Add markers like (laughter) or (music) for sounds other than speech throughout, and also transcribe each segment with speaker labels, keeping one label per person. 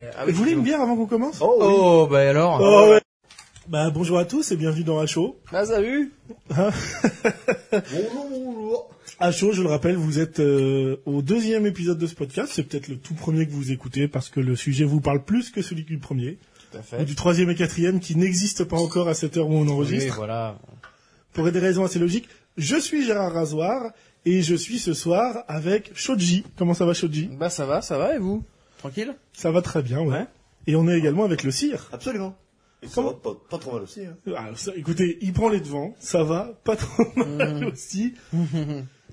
Speaker 1: Ah oui,
Speaker 2: Vous voulez
Speaker 1: c'est
Speaker 2: une
Speaker 1: bon.
Speaker 2: bière avant qu'on commence
Speaker 1: Oh, oui.
Speaker 3: Oh, bah alors.
Speaker 2: Oh, ouais. Bah bonjour à tous et bienvenue dans Hacho.
Speaker 1: Ah, ça a vu
Speaker 3: Hein
Speaker 1: (laughs)
Speaker 4: Bonjour, bonjour.
Speaker 2: Hacho, je le rappelle, vous êtes euh, au deuxième épisode de ce podcast. C'est peut-être le tout premier que vous écoutez parce que le sujet vous parle plus que celui du premier.
Speaker 1: Tout à
Speaker 2: Ou
Speaker 1: fait.
Speaker 2: du troisième et quatrième qui n'existent pas encore à cette heure où on
Speaker 1: Oui,
Speaker 2: enregistre.
Speaker 1: voilà.
Speaker 2: Pour des raisons assez logiques, je suis Gérard Rasoir et je suis ce soir avec Shoji. Comment ça va Shoji
Speaker 1: Bah ça va, ça va et vous Tranquille
Speaker 2: Ça va très bien, ouais.
Speaker 1: Ouais.
Speaker 2: Et on est également avec le cire.
Speaker 4: Absolument. Et ça
Speaker 2: Comment-
Speaker 4: va pas, pas trop mal aussi. Hein.
Speaker 2: Alors, Ah, ça- écoutez, il prend les devants, ça va, pas trop (laughs) mal aussi.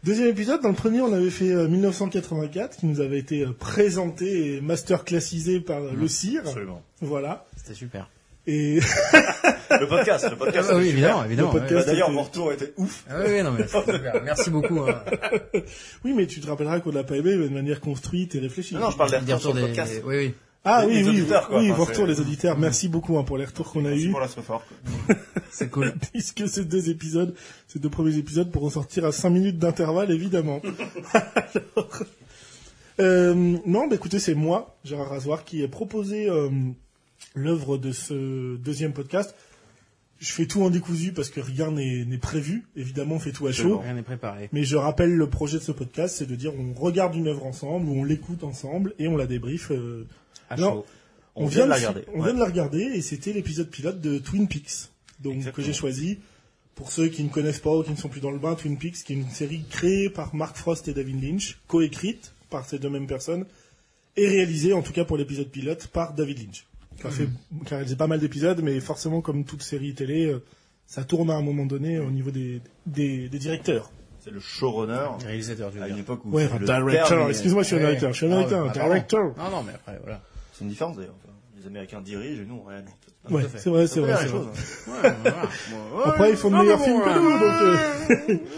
Speaker 2: Deuxième épisode, dans le premier, on avait fait euh, 1984, qui nous avait été euh, présenté et masterclassisé par
Speaker 4: Mmh.
Speaker 2: euh, le CIR.
Speaker 4: Absolument.
Speaker 2: Voilà.
Speaker 1: C'était super.
Speaker 2: Et (laughs)
Speaker 4: Le podcast, le Bah podcast.
Speaker 3: Ah oui,
Speaker 4: c'était super.
Speaker 3: évidemment, évidemment.
Speaker 2: Le
Speaker 3: ouais.
Speaker 4: Bah,
Speaker 2: podcast.
Speaker 4: D'ailleurs, mon retour était ouf.
Speaker 3: Ah oui, oui, non, mais c'est super. Merci beaucoup.
Speaker 1: (laughs)
Speaker 3: hein.
Speaker 2: oui, mais tu te rappelleras qu'on l'a pas aimé mais de manière construite et réfléchie.
Speaker 4: Non, non, je parle
Speaker 3: Des
Speaker 4: d'air sur
Speaker 3: retours
Speaker 4: le
Speaker 3: des-
Speaker 4: podcast.
Speaker 3: Oui, oui.
Speaker 2: ah
Speaker 4: les-
Speaker 2: oui,
Speaker 4: les
Speaker 2: oui,
Speaker 4: auditeurs, quoi.
Speaker 2: oui,
Speaker 4: Enfin,
Speaker 2: vos retours,
Speaker 4: c'est-
Speaker 2: les auditeurs. Merci beaucoup hein, pour les retours qu'on a
Speaker 4: Merci
Speaker 2: eu.
Speaker 4: pour la sophore.
Speaker 1: (laughs)
Speaker 3: C'est cool.
Speaker 2: (laughs) Puisque ces deux épisodes, ces deux premiers épisodes pourront sortir à 5 minutes d'intervalle, évidemment. (laughs) Alors, euh, non, bah écoutez, c'est moi, Gérard Rasoir, qui ai proposé euh, l'œuvre de ce deuxième podcast. Je fais tout en décousu parce que rien n'est n'est prévu. Évidemment, on fait tout à chaud.
Speaker 4: Absolument.
Speaker 1: Rien n'est préparé.
Speaker 2: Mais je rappelle le projet de ce podcast, c'est de dire on regarde une œuvre ensemble, ou on l'écoute ensemble, et on la débriefe. euh,
Speaker 1: À
Speaker 2: Non.
Speaker 1: chaud.
Speaker 4: Ah, On vient de la regarder.
Speaker 2: On
Speaker 4: Ouais.
Speaker 2: vient de la regarder et c'était l'épisode pilote de Twin Peaks, donc que
Speaker 4: Exactement.
Speaker 2: j'ai choisi. Pour ceux qui ne connaissent pas ou qui ne sont plus dans le bain, Twin Peaks, qui est une série créée par Mark Frost et David Lynch, coécrite par ces deux mêmes personnes, et réalisée, en tout cas pour l'épisode pilote, par David Lynch. Qui a, fait, qui a réalisé pas mal d'épisodes, mais forcément, comme toute série télé, euh, ça tourne à un moment donné au niveau des, des, des directeurs.
Speaker 4: C'est le showrunner
Speaker 1: Réalisateur, tu veux
Speaker 4: à une
Speaker 1: dire.
Speaker 4: époque où.
Speaker 2: Ouais,
Speaker 4: c'est
Speaker 2: enfin,
Speaker 4: le terme,
Speaker 2: director,
Speaker 4: mais-
Speaker 2: excuse-moi, je suis
Speaker 1: Ouais.
Speaker 2: américain, je suis
Speaker 1: Ah ouais,
Speaker 2: américain,
Speaker 1: bah, pardon.
Speaker 2: director.
Speaker 1: Non, non, mais après, (laughs) voilà.
Speaker 4: C'est une différence d'ailleurs. Enfin, Les Américains dirigent et nous on réalise.
Speaker 1: tout
Speaker 2: Ouais,
Speaker 1: à fait.
Speaker 2: c'est vrai, c'est
Speaker 4: C'est
Speaker 2: vrai.
Speaker 4: la
Speaker 2: c'est vrai.
Speaker 4: chose. hein.
Speaker 1: Ouais, voilà. Bon, ouais.
Speaker 2: Après, ils font de
Speaker 1: Non,
Speaker 2: meilleurs
Speaker 1: mais
Speaker 2: films
Speaker 1: bon,
Speaker 2: que
Speaker 1: ouais.
Speaker 2: nous, donc.
Speaker 3: (laughs)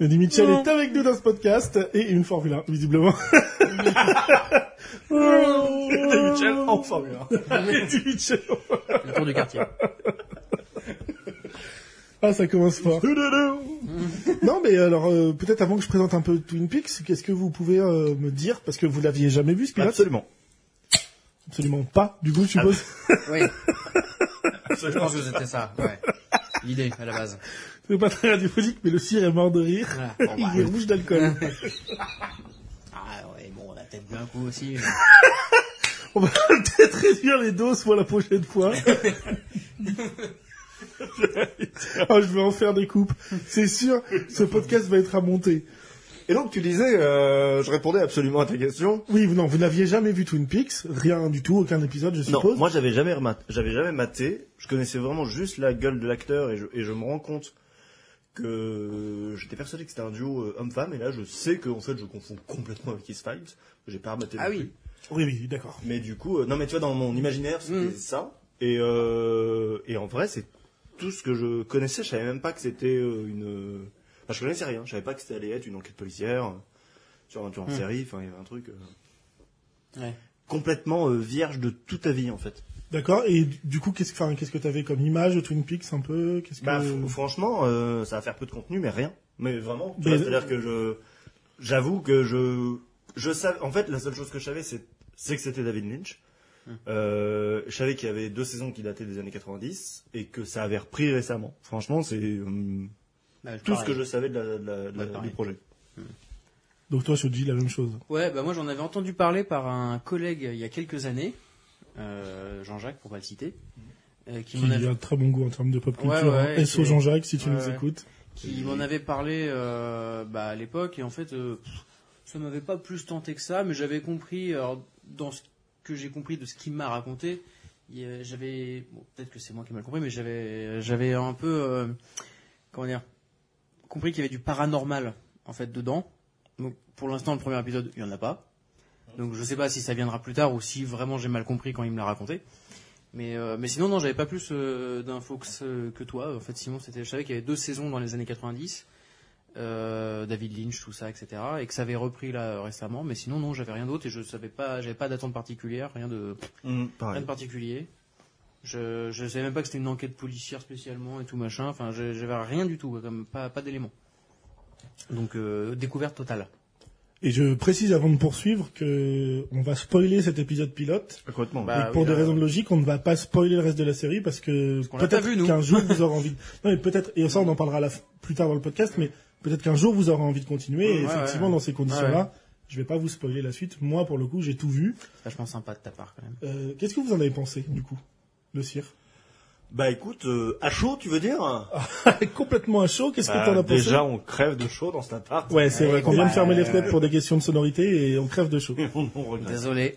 Speaker 2: Euh... dit Mitchell est avec nous dans ce podcast et une Formule 1, visiblement. (laughs)
Speaker 3: euh,
Speaker 2: Eddie
Speaker 3: Oh.
Speaker 2: Mitchell en Formule 1. Eddie Mitchell.
Speaker 3: (laughs) Le tour du quartier.
Speaker 2: Ah, ça commence fort. (laughs) non, mais alors, euh, peut-être avant que je présente un peu Twin Peaks, qu'est-ce que vous pouvez euh, me dire Parce que vous l'aviez jamais vu, ce pilote
Speaker 4: Absolument.
Speaker 2: Absolument pas, du coup, je suppose.
Speaker 3: Oui. Je pense que c'était ça. Ouais. L'idée à la base.
Speaker 2: (laughs) C'est pas très radiophonique, mais le cire est mort de rire.
Speaker 3: Voilà. Bon, bah.
Speaker 2: Il est rouge d'alcool.
Speaker 3: Ah ouais, bon, on a peut-être bu un coup aussi.
Speaker 2: On va (laughs) peut-être réduire les doses pour la
Speaker 3: (laughs)
Speaker 2: prochaine fois. (laughs) oh, je vais en faire des coupes. C'est sûr, ce podcast va être à monter.
Speaker 4: Et donc tu disais, euh, je répondais absolument à ta question.
Speaker 2: Oui, vous- non, vous n'aviez jamais vu Twin Peaks, rien du tout, aucun épisode, je
Speaker 4: Non,
Speaker 2: suppose.
Speaker 4: moi j'avais jamais remat- j'avais jamais maté. Je connaissais vraiment juste la gueule de l'acteur et je, et je me rends compte que j'étais persuadé que c'était un duo euh, homme-femme et là je sais que en fait je confonds complètement avec Kiss Fight. J'ai pas rematé.
Speaker 3: Ah
Speaker 4: non
Speaker 3: oui.
Speaker 4: plus.
Speaker 2: Oui, oui, d'accord.
Speaker 4: Mais du coup, euh, non mais tu vois dans mon imaginaire c'était
Speaker 3: Mhm.
Speaker 4: ça et euh, et en vrai c'est tout ce que je connaissais. Je savais même pas que c'était euh, une. Enfin, je connaissais rien. Je savais pas que c'était allait être une enquête policière euh, sur un tueur en
Speaker 3: Mhm.
Speaker 4: série. Enfin, il y avait un truc euh,
Speaker 3: Ouais.
Speaker 4: complètement euh, vierge de toute ta vie en fait.
Speaker 2: D'accord, et du coup, qu'est-ce, que- enfin, qu'est-ce que t'avais comme image de Twin Peaks un peu qu'est-ce que...
Speaker 4: Bah, fr- franchement, euh, ça va faire peu de contenu, mais rien. Mais vraiment, tu
Speaker 2: Mais-
Speaker 4: vois, c'est-à-dire que je, j'avoue que je, je savais. En fait, la seule chose que je savais, c'est, c'est que c'était David Lynch.
Speaker 2: Hum.
Speaker 4: Euh, je savais qu'il y avait deux saisons qui dataient des années 90 et que ça avait repris récemment. Franchement, c'est euh,
Speaker 3: Bah,
Speaker 4: tout ce
Speaker 3: pareil.
Speaker 4: que je savais de la, de la- de la-
Speaker 3: Ouais, pareil.
Speaker 4: du projet.
Speaker 2: Donc toi, je te dis la même chose.
Speaker 3: Ouais, bah moi j'en avais entendu parler par un collègue euh, il y a quelques années, euh, Jean-Jacques pour pas le citer, euh, qui
Speaker 2: Qui
Speaker 3: m'en avait,
Speaker 2: a un très bon goût en termes de pop
Speaker 3: Ouais,
Speaker 2: culture.
Speaker 3: ouais,
Speaker 2: hein. SO
Speaker 3: et-
Speaker 2: Jean-Jacques, si tu
Speaker 3: Ouais,
Speaker 2: nous
Speaker 3: ouais.
Speaker 2: écoutes.
Speaker 3: qui m'en avait parlé euh, bah, à l'époque et en fait euh, pff, ça m'avait pas plus tenté que ça, mais j'avais compris alors, dans ce que j'ai compris de ce qu'il m'a raconté, il y a- j'avais bon, peut-être que c'est moi qui ai mal compris, mais j'avais j'avais un peu euh, comment dire compris qu'il y avait du paranormal en fait dedans. Donc pour l'instant le premier épisode il y en a pas. Donc je sais pas si ça viendra plus tard ou si vraiment j'ai mal compris quand il me l'a raconté. Mais euh, mais sinon non j'avais pas plus euh, d'infos que, ce- que toi. En fait sinon c'était je savais qu'il y avait deux saisons dans les années 90. euh, David Lynch tout ça etc et que ça avait repris là euh, récemment mais sinon non j'avais rien d'autre et je savais pas j'avais pas d'attente particulière rien de
Speaker 4: Hum,
Speaker 3: rien
Speaker 4: pareil.
Speaker 3: de particulier je je savais même pas que c'était une enquête policière spécialement et tout machin enfin je- j'avais rien du tout quoi, comme pas pas d'éléments donc euh, découverte totale
Speaker 2: Et je précise avant de poursuivre que on va spoiler cet épisode pilote.
Speaker 4: Complètement.
Speaker 3: Bah,
Speaker 2: et pour
Speaker 3: oui,
Speaker 2: des
Speaker 3: euh,
Speaker 2: raisons de logique, on ne va pas spoiler le reste de la série parce que
Speaker 3: qu'on l'a pas vu,
Speaker 2: peut-être
Speaker 3: nous.
Speaker 2: qu'un jour
Speaker 3: (laughs)
Speaker 2: vous aurez envie. De... Non, mais peut-être et ça on en parlera à la f- plus tard dans le podcast, mais peut-être qu'un jour vous aurez envie de continuer. et
Speaker 3: Ouais,
Speaker 2: effectivement,
Speaker 3: ouais.
Speaker 2: dans ces conditions-là, je vais pas vous spoiler la suite. Moi, pour le coup, j'ai tout vu.
Speaker 3: C'est vachement sympa de ta part quand même.
Speaker 2: Euh, Qu'est-ce que vous en avez pensé du coup, le cire
Speaker 4: Bah écoute, euh, à chaud, tu veux dire
Speaker 2: (laughs) Complètement à chaud. Qu'est-ce
Speaker 4: Bah,
Speaker 2: Ah, que t'en as pensé
Speaker 4: Déjà, on crève de chaud dans cet appart.
Speaker 2: Ouais, c'est vrai.
Speaker 3: Ouais,
Speaker 2: On vient de
Speaker 3: bah,
Speaker 2: fermer les
Speaker 3: euh,
Speaker 2: fenêtres pour des questions de sonorité et on crève de chaud.
Speaker 4: on, (laughs) on regrette.
Speaker 3: Désolé.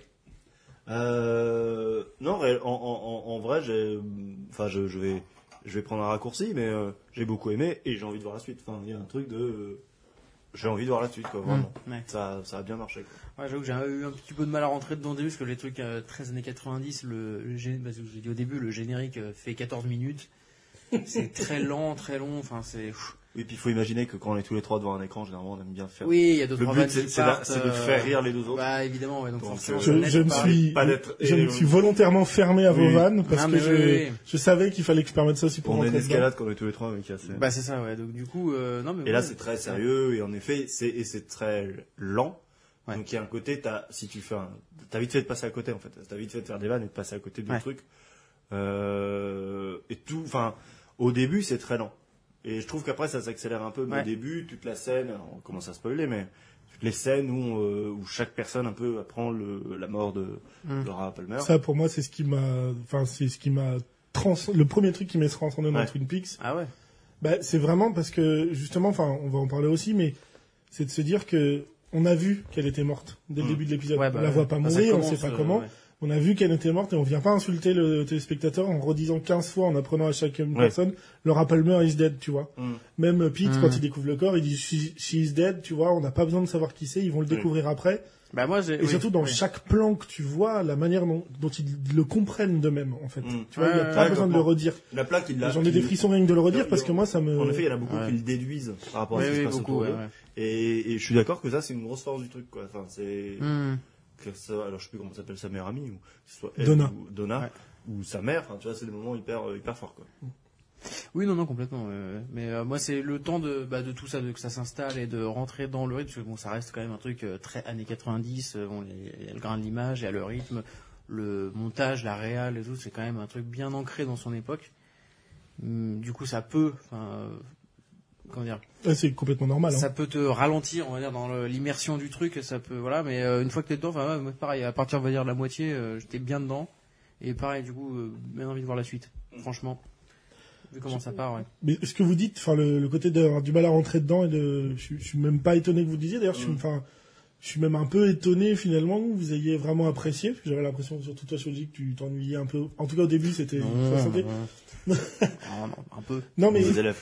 Speaker 4: Euh, non, ré- en, en, en- en vrai, j'ai, enfin, je, je vais, je vais prendre un raccourci, mais euh, j'ai beaucoup aimé et j'ai envie de voir la suite. Enfin, il y a un truc de, euh, j'ai envie de voir la suite, quoi. Vraiment,
Speaker 3: Mm. Ouais.
Speaker 4: ça, ça a bien marché. Quoi.
Speaker 3: Ouais, j'avoue que j'ai eu un petit peu de mal à rentrer dedans au début, parce que les trucs euh, 13 années 90, le, le gé- bah, je vous ai dit au début, le générique euh, fait 14 minutes. C'est très lent, très long, enfin c'est... pff.
Speaker 4: Et puis, il faut imaginer que quand on est tous les trois devant un écran, généralement, on aime bien faire.
Speaker 3: Oui, il y a d'autres
Speaker 4: le but, c'est, c'est d'a- c'est de faire rire les deux autres.
Speaker 3: Bah évidemment, ouais, donc,
Speaker 4: Donc,
Speaker 3: forcément,
Speaker 4: euh,
Speaker 2: je,
Speaker 3: ça
Speaker 2: je
Speaker 3: n'aide
Speaker 2: me
Speaker 3: pas.
Speaker 2: suis,
Speaker 4: pas d'être-
Speaker 2: je me
Speaker 4: et-
Speaker 2: suis volontairement fermé à vos
Speaker 4: Oui.
Speaker 2: vannes parce
Speaker 3: Non,
Speaker 2: que
Speaker 3: mais
Speaker 2: je,
Speaker 3: oui, oui.
Speaker 2: je savais qu'il fallait que je permette ça aussi pour
Speaker 4: on a
Speaker 2: rentrer
Speaker 4: une
Speaker 2: dedans.
Speaker 4: escalade quand on est tous les trois, mais qui est assez-
Speaker 3: Bah c'est ça, ouais, donc du coup... euh, non, mais
Speaker 4: Et là,
Speaker 3: ouais.
Speaker 4: c'est très sérieux, et en effet, c'est, et c'est très lent.
Speaker 3: Ouais.
Speaker 4: Donc, il y a un côté, t'as, si tu fais un, t'as vite fait de passer à côté, en fait. T'as vite fait de faire des vannes et de passer à côté de
Speaker 3: Ouais.
Speaker 4: trucs. Euh, et tout, enfin, au début, c'est très lent. Et je trouve qu'après, ça s'accélère un peu, mais
Speaker 3: Ouais.
Speaker 4: au début, toute la scène, alors, on commence à spoiler, mais toutes les scènes où, euh, où chaque personne un peu apprend le, la mort de
Speaker 3: Mm.
Speaker 4: Laura Palmer.
Speaker 2: Ça, pour moi, c'est ce qui m'a, enfin, c'est ce qui m'a trans, le premier truc qui m'a transcendé dans
Speaker 4: Ouais.
Speaker 2: Twin Peaks.
Speaker 3: Ah ouais
Speaker 2: Bah, c'est vraiment parce que, justement, enfin, on va en parler aussi, mais c'est de se dire que, on a vu qu'elle était morte dès le
Speaker 4: Mm.
Speaker 2: début de l'épisode.
Speaker 3: Ouais, bah,
Speaker 2: on la voit pas
Speaker 3: enfin, ça
Speaker 2: mourir, on
Speaker 3: commence,
Speaker 2: sait pas
Speaker 3: euh,
Speaker 2: comment.
Speaker 3: ouais.
Speaker 2: On a vu qu'elle était morte et on vient pas insulter le téléspectateur en redisant 15 fois, en apprenant à chaque
Speaker 4: Ouais.
Speaker 2: personne, Laura Palmer is dead, tu vois.
Speaker 4: Mm.
Speaker 2: Même euh, Pete,
Speaker 3: Mm.
Speaker 2: quand il découvre le corps, il dit she, she is dead, tu vois, on n'a pas besoin de savoir qui c'est, ils vont le
Speaker 4: Oui.
Speaker 2: découvrir après.
Speaker 3: Bah moi j'ai...
Speaker 2: Et surtout dans chaque plan que tu vois, la manière dont, dont ils le comprennent d'eux-mêmes, en fait.
Speaker 4: Mm.
Speaker 2: Tu vois, il n'y a
Speaker 3: Ouais,
Speaker 2: pas
Speaker 4: ouais,
Speaker 2: besoin de
Speaker 4: complètement.
Speaker 2: le redire.
Speaker 4: La plaque, il l'a.
Speaker 2: J'en ai des
Speaker 4: il-
Speaker 2: frissons rien que de le redire parce que moi, ça me...
Speaker 4: En effet, il y en a beaucoup
Speaker 3: Ouais.
Speaker 4: qui le déduisent par rapport à
Speaker 3: Oui,
Speaker 4: ce qui se
Speaker 3: oui,
Speaker 4: passe
Speaker 3: beaucoup,
Speaker 4: autour
Speaker 3: ouais,
Speaker 4: d'eux.
Speaker 3: ouais.
Speaker 4: Et, et je suis d'accord que ça, c'est une grosse force du truc, quoi. Enfin, c'est
Speaker 3: Hmm.
Speaker 4: que ça- alors je sais plus comment s'appelle sa meilleure amie ou que ce soit elle
Speaker 2: Donna.
Speaker 4: ou Donna
Speaker 3: Ouais.
Speaker 4: ou sa mère. Enfin, tu vois, c'est des moments hyper euh, hyper forts, quoi.
Speaker 3: Oui, non, non, complètement. ouais, ouais. Mais euh, moi, c'est le temps de, bah, de tout ça, de que ça s'installe et de rentrer dans le rythme, parce que bon, ça reste quand même un truc euh, très années 90. euh, bon, les- il y a le grain de l'image, il y a le rythme, le montage, la réal et tout, c'est quand même un truc bien ancré dans son époque. Hum, Du coup, ça peut, enfin, euh, comment dire,
Speaker 2: Ouais, C'est complètement normal. hein.
Speaker 3: ça peut te ralentir, on va dire, dans le- l'immersion du truc, ça peut, voilà. Mais euh, une fois que t'es dedans, enfin, ouais, moi, pareil, à partir, on va dire, de la moitié, euh, j'étais bien dedans. Et pareil, du coup, euh, bien envie de voir la suite, franchement. Vu comment ça part, ouais.
Speaker 2: Mais ce que vous dites, enfin le, le côté d'avoir du mal à rentrer dedans et de, je, suis- je suis même pas étonné que vous le disiez. D'ailleurs, je suis,
Speaker 4: Mm.
Speaker 2: enfin, je suis même un peu étonné finalement que vous ayez vraiment apprécié. parce que J'avais l'impression, surtout toi, Shoji, que tu t'ennuyais un peu. En tout cas, au début, c'était. ça sentait- (laughs)
Speaker 3: Non, Ah, non, un (laughs) peu.
Speaker 2: Non, mais
Speaker 4: Les élèves.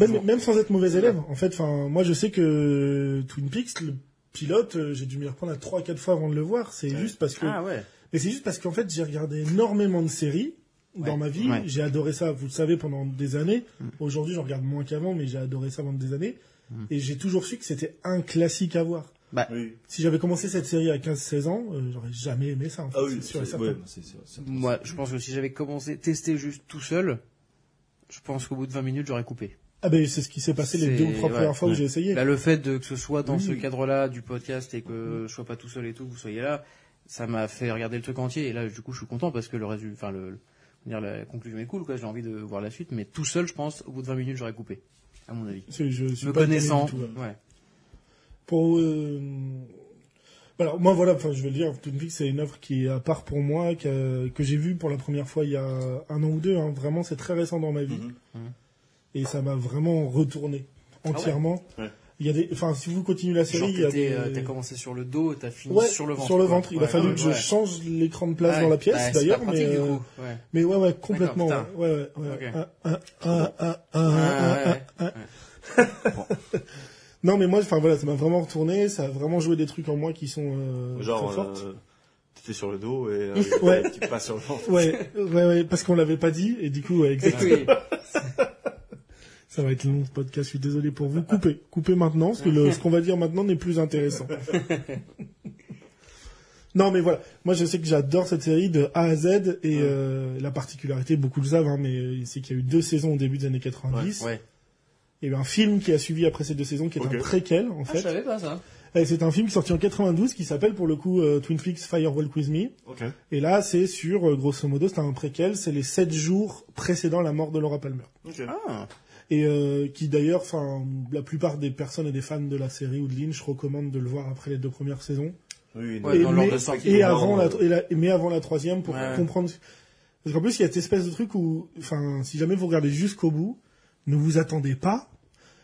Speaker 2: même, même sans être mauvais élève, en fait, enfin, moi, je sais que Twin Peaks, le pilote, euh, j'ai dû m'y reprendre à trois, quatre fois avant de le voir. C'est
Speaker 4: Ouais.
Speaker 2: juste parce que
Speaker 3: Ah ouais.
Speaker 2: Mais c'est juste parce qu'en fait, j'ai regardé énormément de séries dans
Speaker 3: Ouais.
Speaker 2: ma vie.
Speaker 3: Ouais.
Speaker 2: J'ai adoré ça, vous le savez, pendant des années. Aujourd'hui, j'en regarde moins qu'avant, mais j'ai adoré ça pendant des années. Et j'ai toujours su que c'était un classique à voir.
Speaker 4: Oui.
Speaker 2: Si j'avais commencé cette série à 15-16 ans, euh, j'aurais jamais aimé ça, en fait.
Speaker 4: Ah
Speaker 2: c'est
Speaker 4: oui.
Speaker 2: sûr et
Speaker 4: c'est-
Speaker 2: certain.
Speaker 4: ouais, c'est- c'est- c'est-
Speaker 3: Moi, je pense que si j'avais commencé tester juste tout seul, je pense qu'au bout de 20 minutes, j'aurais coupé.
Speaker 2: Ah ben, c'est ce qui s'est passé les
Speaker 3: C'est-
Speaker 2: deux ou trois
Speaker 3: ouais.
Speaker 2: premières fois
Speaker 4: Ouais.
Speaker 2: que j'ai essayé.
Speaker 3: Là, le fait de, que ce soit dans
Speaker 2: Oui.
Speaker 3: ce cadre-là du podcast et que je sois pas tout seul et tout, que vous soyez là, ça m'a fait regarder le truc entier. Et là, du coup, je suis content parce que le résultat, enfin, le, le- on va dire la conclusion est cool, quoi. J'ai envie de voir la suite, mais tout seul, je pense, au bout de 20 minutes, j'aurais coupé. À mon avis.
Speaker 2: C'est- Je, suis
Speaker 3: Me
Speaker 2: pas étonné du
Speaker 3: connaissant.
Speaker 2: tout, hein. ouais.
Speaker 3: Ouais.
Speaker 2: pour euh, alors moi voilà enfin je vais le dire Twin Peaks c'est une œuvre qui est à part pour moi qui a- que j'ai vue pour la première fois il y a un an ou deux hein. vraiment c'est très récent dans ma vie
Speaker 4: Mhm.
Speaker 3: Mhm.
Speaker 2: et ça m'a vraiment retourné entièrement
Speaker 4: Ouais.
Speaker 2: il y a des enfin si vous continuez la série
Speaker 3: Ah Genre,
Speaker 2: il y a
Speaker 3: t'étais,
Speaker 2: des...
Speaker 3: euh, t'as commencé sur le dos, t'as fini
Speaker 2: Ouais,
Speaker 3: sur le ventre. quoi.
Speaker 2: il a
Speaker 3: Ouais,
Speaker 2: fallu
Speaker 3: ouais,
Speaker 2: que je
Speaker 3: ouais.
Speaker 2: change l'écran de place
Speaker 3: Ouais.
Speaker 2: dans la
Speaker 3: Ouais,
Speaker 2: pièce
Speaker 3: c'est pas
Speaker 2: d'ailleurs
Speaker 3: pratique,
Speaker 2: mais
Speaker 3: du
Speaker 2: euh,
Speaker 3: coup.
Speaker 2: (laughs)
Speaker 3: Ouais.
Speaker 2: mais ouais ouais complètement ouais
Speaker 3: D'accord,
Speaker 2: ouais ouais, ouais.
Speaker 3: Ok.
Speaker 2: Un, un, un, un, un, un, un,
Speaker 3: Ouais, ouais.
Speaker 2: non mais moi enfin voilà ça m'a vraiment retourné ça a vraiment joué des trucs en moi qui sont euh,
Speaker 4: Genre,
Speaker 2: très fortes.
Speaker 4: euh, t'étais sur le dos et euh,
Speaker 2: (laughs) Ouais.
Speaker 4: tu passes sur le ventre.
Speaker 2: Ouais, ouais, ouais, parce qu'on l'avait pas dit, et du coup, ouais, exact. (laughs)
Speaker 3: Oui.
Speaker 2: ça va être long ce podcast, je suis désolé pour vous. Coupez, coupez maintenant, parce que le, ce qu'on va dire maintenant n'est
Speaker 3: (laughs)
Speaker 2: plus intéressant. non, mais voilà, moi je sais que j'adore cette série de A à Z, et euh, la particularité, beaucoup le savent, hein, mais c'est qu'il y a eu deux saisons au début des années 90.
Speaker 3: Ouais.
Speaker 2: Il y a eu un film qui a suivi après ces deux saisons, qui est
Speaker 4: Ok.
Speaker 2: un préquel, en
Speaker 3: Ah, je
Speaker 2: fait.
Speaker 3: savais pas ça.
Speaker 2: Et c'est un film qui est sorti en 92 qui s'appelle pour le coup euh, Twin Peaks Firewalk With Me.
Speaker 4: Ok.
Speaker 2: Et là, c'est sur, euh, grosso modo, c'est un préquel, c'est les sept jours précédant la mort de Laura Palmer.
Speaker 4: Ok.
Speaker 3: Ah,
Speaker 2: Et euh, qui d'ailleurs, enfin, la plupart des personnes et des fans de la série ou de Lynch recommandent de le voir après les deux premières saisons.
Speaker 4: Oui,
Speaker 3: Ouais,
Speaker 2: et,
Speaker 3: dans l'ordre
Speaker 2: mais,
Speaker 3: de sortie.
Speaker 2: et
Speaker 4: Dans
Speaker 2: avant la,
Speaker 4: l'ordre.
Speaker 2: et la- mais avant la troisième pour
Speaker 3: Ouais.
Speaker 2: comprendre. Parce qu'en plus, il y a cette espèce de truc où, enfin, si jamais vous regardez jusqu'au bout, ne vous attendez pas.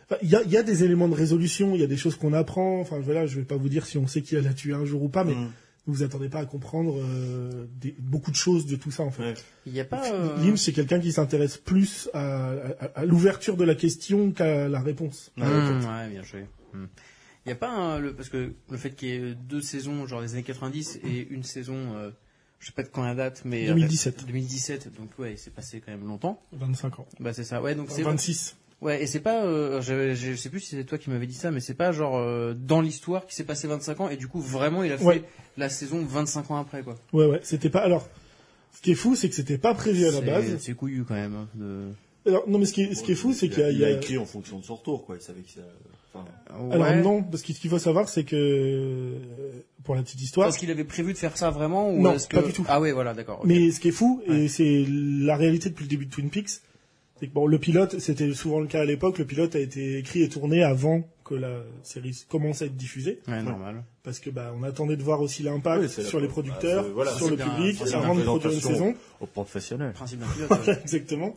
Speaker 2: Enfin, Il y a, il y a des éléments de résolution, il y a des choses qu'on apprend. Enfin, voilà, je vais pas vous dire si on sait qui a la tué un jour ou pas, mais
Speaker 4: Mm.
Speaker 2: ne vous attendez pas à comprendre euh, des- beaucoup de choses de tout ça, en fait.
Speaker 4: Ouais.
Speaker 3: il n'y a pas. euh,
Speaker 2: Lynch, c'est quelqu'un qui s'intéresse plus à, à- à l'ouverture de la question qu'à la réponse.
Speaker 3: Hmm, ouais, bien joué. Hmm. Il n'y a pas un- le parce que le fait qu'il y ait deux saisons genre des années 90 et une saison euh, je sais pas de quand la date mais euh,
Speaker 2: 2017.
Speaker 3: 2017 donc ouais, c'est passé quand même longtemps.
Speaker 2: 25 ans.
Speaker 3: Bah c'est ça. Ouais, donc c'est
Speaker 2: 26.
Speaker 3: Ouais, et c'est pas euh, je, je sais plus si c'est toi qui m'avais dit ça mais c'est pas genre euh, dans l'histoire qui s'est passé 25 ans et du coup vraiment il a fait
Speaker 2: Ouais.
Speaker 3: la saison 25 ans après quoi.
Speaker 2: Ouais, ouais, c'était pas... Alors, ce qui est fou, c'est que c'était pas prévu à la
Speaker 3: C'est-
Speaker 2: base.
Speaker 3: C'est couillu quand même hein, de
Speaker 2: Alors, non, mais ce qui est, ce qui est fou, c'est qu'il y a...
Speaker 4: Il
Speaker 2: il y a-
Speaker 4: écrit en fonction de son retour, quoi. Il savait que ça. Enfin,
Speaker 2: Alors
Speaker 3: Ouais.
Speaker 2: non, parce que ce qu'il faut savoir, c'est que... euh, Pour la petite histoire...
Speaker 3: Parce qu'il avait prévu de faire ça vraiment ou
Speaker 2: Non,
Speaker 3: est-ce que
Speaker 2: pas du tout.
Speaker 3: Ah ouais, voilà, d'accord. ok.
Speaker 2: Mais ce qui est fou,
Speaker 3: Ouais.
Speaker 2: et c'est la réalité depuis le début de Twin Peaks, c'est que bon, le pilote, c'était souvent le cas à l'époque, le pilote a été écrit et tourné avant que la série commence à être diffusée.
Speaker 3: Ouais, normal.
Speaker 2: parce que bah on attendait de voir aussi l'impact
Speaker 4: Oui, c'est la
Speaker 2: sur les
Speaker 4: pro-
Speaker 2: producteurs,
Speaker 4: bah, c'est- voilà,
Speaker 2: sur
Speaker 3: c'est
Speaker 2: le
Speaker 3: bien,
Speaker 2: public,
Speaker 3: c'est
Speaker 2: avant
Speaker 4: bien
Speaker 2: de produire une
Speaker 4: présentation.
Speaker 2: saison,
Speaker 4: au professionnel.
Speaker 3: Principe d'un pilote. euh,
Speaker 2: (laughs)
Speaker 3: ouais.
Speaker 2: exactement.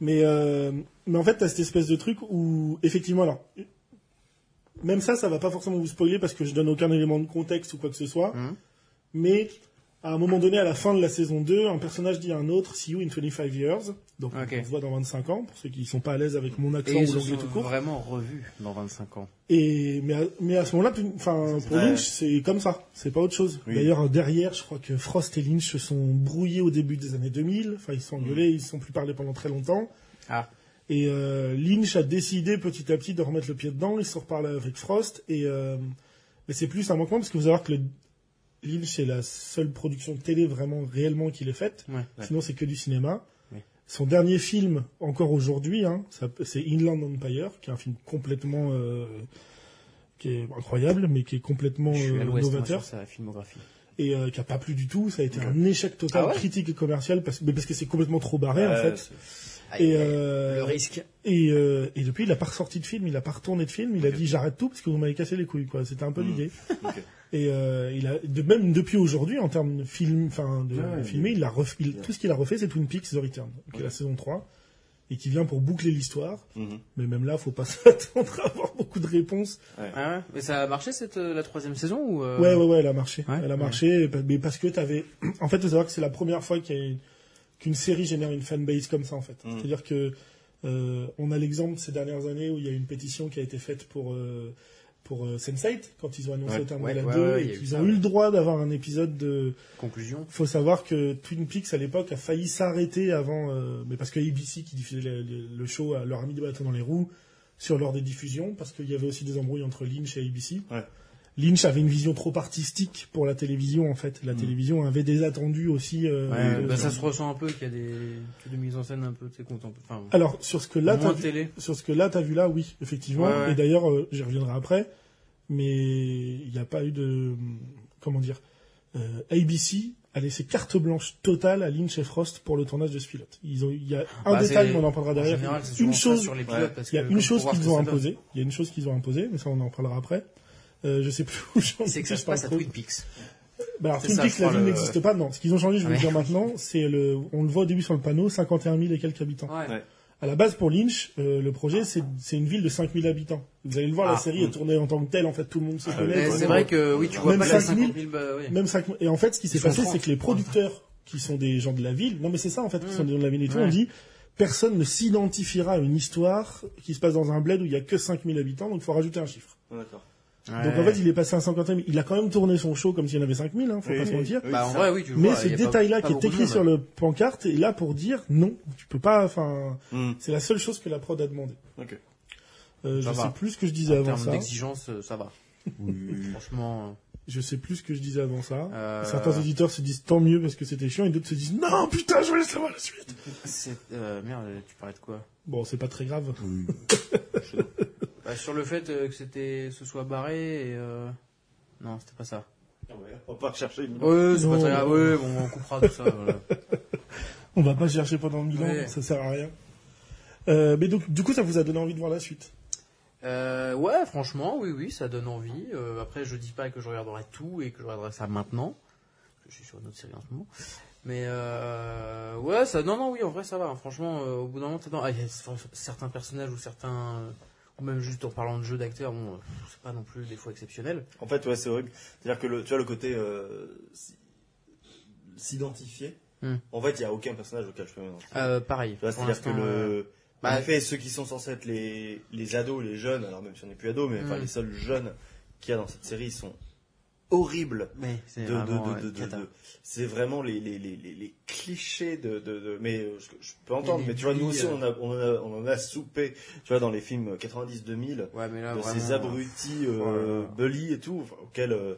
Speaker 2: Mais euh, mais en fait t'as cette espèce de truc où effectivement alors même ça ça va pas forcément vous spoiler parce que je donne aucun élément de contexte ou quoi que ce soit,
Speaker 3: Mhm.
Speaker 2: mais à un moment donné à la fin de la saison 2, un personnage dit à un autre see you in 25 years, donc
Speaker 3: Ok.
Speaker 2: on se voit dans 25 ans pour ceux qui sont pas à l'aise avec mon
Speaker 3: Et
Speaker 2: accent
Speaker 3: ils
Speaker 2: ou
Speaker 3: se
Speaker 2: l'anglais
Speaker 3: sont
Speaker 2: tout court.
Speaker 3: vraiment revus dans 25 ans.
Speaker 2: Et mais à, mais à ce moment-là, tu- enfin pour
Speaker 4: Ouais.
Speaker 2: Lynch, c'est comme ça, c'est pas autre chose.
Speaker 4: Oui.
Speaker 2: D'ailleurs derrière, je crois que Frost et Lynch se sont brouillés au début des années 2000. Enfin, ils se sont
Speaker 4: Mm.
Speaker 2: engueulés, ils se sont plus parlés pendant très longtemps.
Speaker 3: Ah.
Speaker 2: Et euh, Lynch a décidé petit à petit de remettre le pied dedans. Il se reparle avec Frost et euh, mais c'est plus un manquement parce que vous savez que le, Lynch c'est la seule production de télé vraiment réellement qu'il ait faite.
Speaker 3: Ouais.
Speaker 2: Sinon, euh, c'est que du cinéma.
Speaker 3: Oui.
Speaker 2: Son dernier film, encore aujourd'hui, hein, ça- c'est Inland Empire, qui est un film complètement euh, qui est incroyable, mais qui est complètement
Speaker 3: Je suis à
Speaker 2: euh,
Speaker 3: l'ouest moi, sur
Speaker 2: novateur
Speaker 3: sa filmographie.
Speaker 2: et euh, qui a pas plu du tout. Ça a été
Speaker 4: Ok.
Speaker 2: un échec total
Speaker 3: Ah ouais
Speaker 2: critique et commercial, parce, mais parce que c'est complètement trop barré en fait.
Speaker 3: Aïe,
Speaker 2: Et,
Speaker 3: aïe, aïe.
Speaker 2: euh,
Speaker 3: le risque.
Speaker 2: et, euh, et depuis, il a pas ressorti de film, il a pas retourné de film, il a
Speaker 4: Ok.
Speaker 2: dit j'arrête tout parce que vous m'avez cassé les couilles, quoi. C'était un peu
Speaker 4: Mm.
Speaker 2: l'idée.
Speaker 4: (laughs) Ok.
Speaker 2: Et euh, il a, de même depuis aujourd'hui, en termes de film, enfin de
Speaker 4: Ouais,
Speaker 2: filmé,
Speaker 4: ouais.
Speaker 2: il a refait, il-
Speaker 4: Ouais.
Speaker 2: tout ce qu'il a refait, c'est Twin Peaks The Return, qui est la saison 3, et qui vient pour boucler l'histoire.
Speaker 4: Mhm.
Speaker 2: Mais même là, faut pas (laughs) s'attendre à avoir beaucoup de réponses.
Speaker 3: Ah ouais Mais ça a marché cette euh, la troisième saison ou euh,
Speaker 2: Ouais, ouais, ouais, elle a marché,
Speaker 3: ouais,
Speaker 2: elle a
Speaker 3: ouais.
Speaker 2: marché, et pa- mais parce que t'avais, (clears throat) en fait, faut savoir que c'est la première fois qu'il y a une- qu'une série génère une fanbase comme ça, en fait.
Speaker 3: Mm.
Speaker 4: Mhm.
Speaker 2: C'est-à-dire que euh, on a l'exemple ces dernières années où il y a une pétition qui a été faite pour euh, pour euh, Sense8 quand ils ont annoncé
Speaker 4: Ouais.
Speaker 2: au terme
Speaker 3: Ouais,
Speaker 2: de la
Speaker 3: ouais,
Speaker 2: 2
Speaker 3: ouais, il y
Speaker 2: et
Speaker 3: a eu
Speaker 2: qu'ils
Speaker 3: ça,
Speaker 2: ont eu
Speaker 3: ouais.
Speaker 2: le droit d'avoir un épisode de
Speaker 3: conclusion
Speaker 2: faut savoir que Twin Peaks à l'époque a failli s'arrêter avant, euh, mais parce que ABC qui diffusait le, le- le show à leur ami des bâtons dans les roues sur l'heure des diffusions, parce qu'il y avait aussi des embrouilles entre Lynch et ABC.
Speaker 4: Ouais.
Speaker 2: Lynch avait une vision trop artistique pour la télévision en fait. La télévision avait des attendus aussi. euh,
Speaker 3: Ouais,
Speaker 2: euh,
Speaker 3: bah, ça se ressent un peu qu'il y a des que des mises en scène un peu tu sais, contem- enfin
Speaker 2: Alors sur ce que Ah, là t'as
Speaker 3: moins
Speaker 2: vu-
Speaker 3: télé.
Speaker 2: sur ce que là t'as vu là, oui, effectivement.
Speaker 3: Ouais, ouais.
Speaker 2: Et d'ailleurs, euh, j'y reviendrai après, mais il n'y a pas eu de hum, comment dire. euh, ABC a laissé carte blanche totale à Lynch et Frost pour le tournage de ce pilote. Ils ont, il y a un
Speaker 3: Bah,
Speaker 2: détail,
Speaker 3: c'est-
Speaker 2: mais on en parlera
Speaker 3: En
Speaker 2: derrière.
Speaker 3: général, c'est souvent
Speaker 2: une
Speaker 3: ça
Speaker 2: chose,
Speaker 3: sur les
Speaker 4: Ouais.
Speaker 3: pilotes parce
Speaker 2: il y a
Speaker 3: que
Speaker 2: une
Speaker 3: comme
Speaker 2: chose
Speaker 3: pour voir ce
Speaker 2: qu'ils
Speaker 3: que
Speaker 2: ont
Speaker 3: ça donne.
Speaker 2: imposée. Il y a une chose qu'ils ont imposée, mais ça on en parlera après. Euh, je sais plus où j'en
Speaker 3: c'est que ça
Speaker 2: suis,
Speaker 3: se passe à
Speaker 2: je parle
Speaker 3: Twin
Speaker 2: trop.
Speaker 3: Peaks.
Speaker 2: Bah alors,
Speaker 3: C'est
Speaker 2: Twin
Speaker 3: ça,
Speaker 2: Peaks,
Speaker 3: je
Speaker 2: la
Speaker 3: crois,
Speaker 2: ville
Speaker 3: le-
Speaker 2: n'existe pas. Non, ce qu'ils ont changé, je vais
Speaker 3: Ouais.
Speaker 2: le dire maintenant, c'est le, on le voit au début sur le panneau, 51 000 et quelques habitants.
Speaker 3: Ouais.
Speaker 4: Ouais.
Speaker 2: À la base, pour Lynch, euh, le projet, c'est c'est une ville de 5000 habitants. Vous allez le voir, la
Speaker 3: Ah,
Speaker 2: série est tournée en tant que telle. En fait, tout le monde se
Speaker 4: oui,
Speaker 2: connaît.
Speaker 3: Mais
Speaker 2: tout le
Speaker 3: C'est
Speaker 2: monde-
Speaker 3: vrai que oui, tu vois
Speaker 2: Même
Speaker 3: pas les
Speaker 2: 5000,
Speaker 3: 50 000 bah, oui.
Speaker 2: Même 5000. Et en fait, ce qui s'est
Speaker 3: Ils sont
Speaker 2: passé,
Speaker 3: francs.
Speaker 2: c'est que les producteurs, qui sont des gens de la ville, non mais c'est ça en fait, qui
Speaker 3: Mm.
Speaker 2: sont des gens de la ville et tout,
Speaker 3: Ouais.
Speaker 2: on dit, personne ne s'identifiera à une histoire qui se passe dans un bled où il y a que 5000 habitants, donc il faut rajouter un chiffre.
Speaker 4: Ah, D'accord.
Speaker 2: Donc en fait, il est passé à 50 000. Il a quand même tourné son show comme s'il y en avait 5000, hein, faut
Speaker 4: Oui,
Speaker 2: pas se
Speaker 4: oui.
Speaker 2: mentir.
Speaker 4: Oui,
Speaker 3: bah en
Speaker 4: ça.
Speaker 3: vrai oui, tu le
Speaker 2: Mais
Speaker 3: vois,
Speaker 2: ce
Speaker 3: il y a pas-
Speaker 2: détail-là
Speaker 3: pas
Speaker 2: qui est
Speaker 3: beaucoup de
Speaker 2: écrit
Speaker 3: monde. hein.
Speaker 2: sur le pancarte est là pour dire non, tu peux pas, enfin,
Speaker 4: Mhm.
Speaker 2: c'est la seule chose que la prod a demandé.
Speaker 4: Ok.
Speaker 2: Euh, je
Speaker 3: Ça va.
Speaker 2: sais plus ce que je disais
Speaker 3: en
Speaker 2: avant
Speaker 3: termes
Speaker 2: ça.
Speaker 3: d'exigence, euh, ça va. Franchement,
Speaker 2: Je sais plus ce que je disais avant ça.
Speaker 3: Euh.
Speaker 2: Certains éditeurs se disent tant mieux parce que c'était chiant et d'autres se disent non putain je voulais savoir la suite.
Speaker 3: c'est euh, merde, tu parlais de quoi
Speaker 2: Bon c'est pas très grave.
Speaker 3: Bah, sur le fait euh, que c'était, se soit barré et. euh, Non, c'était pas ça.
Speaker 4: On va pas rechercher une
Speaker 3: Ouais, c'est pas
Speaker 2: Non.
Speaker 3: très grave. Ouais, bon, on coupera tout ça. voilà.
Speaker 2: On va pas chercher pendant mille ans,
Speaker 3: Ouais.
Speaker 2: ça sert à rien. Euh, mais donc, du coup, ça vous a donné envie de voir la suite.
Speaker 3: Euh, ouais, franchement, oui, oui, ça donne envie. Euh, après, je dis pas que je regarderai tout et que je regarderai ça maintenant. parce que Je suis sur une autre série en ce moment. Mais euh, ouais, ça, non, non, oui, en vrai, ça va. hein. Franchement, euh, au bout d'un moment, t'es dans. Ah, il y a c- certains personnages ou certains, euh, ou même juste en parlant de jeu d'acteur, bon, euh, pff, c'est pas non plus des fois exceptionnel.
Speaker 4: En fait, ouais, c'est horrible. C'est-à-dire que le, tu vois le côté euh, s- s'identifier.
Speaker 3: Hmm.
Speaker 4: En fait, il n'y a aucun personnage auquel je peux m'identifier.
Speaker 3: Euh, pareil.
Speaker 4: Tu vois,
Speaker 3: pour
Speaker 4: c'est-à-dire que
Speaker 3: l'instant, euh,
Speaker 4: le.
Speaker 3: bah-
Speaker 4: en effet, ceux qui sont censés être les, les ados, les jeunes, alors même si on n'est plus ados, mais enfin
Speaker 3: Hmm.
Speaker 4: les seuls jeunes qu'il y a dans cette série sont horribles.
Speaker 3: Mais c'est
Speaker 4: De- de-
Speaker 3: vraiment,
Speaker 4: de- de-
Speaker 3: euh,
Speaker 4: de-
Speaker 3: cata.
Speaker 4: de- C'est vraiment les, les, les, les, les clichés de, de, de- Mais euh, je, je peux entendre,
Speaker 3: Les
Speaker 4: mais tu vois, nous aussi,
Speaker 3: billes,
Speaker 4: on, a, on, en a, on en a soupé, tu vois, dans les films 90-2000
Speaker 3: Ouais, mais là,
Speaker 4: de
Speaker 3: Ah, vraiment,
Speaker 4: ces abrutis euh,
Speaker 3: Oh là là.
Speaker 4: bully et tout, enfin, auxquels... euh,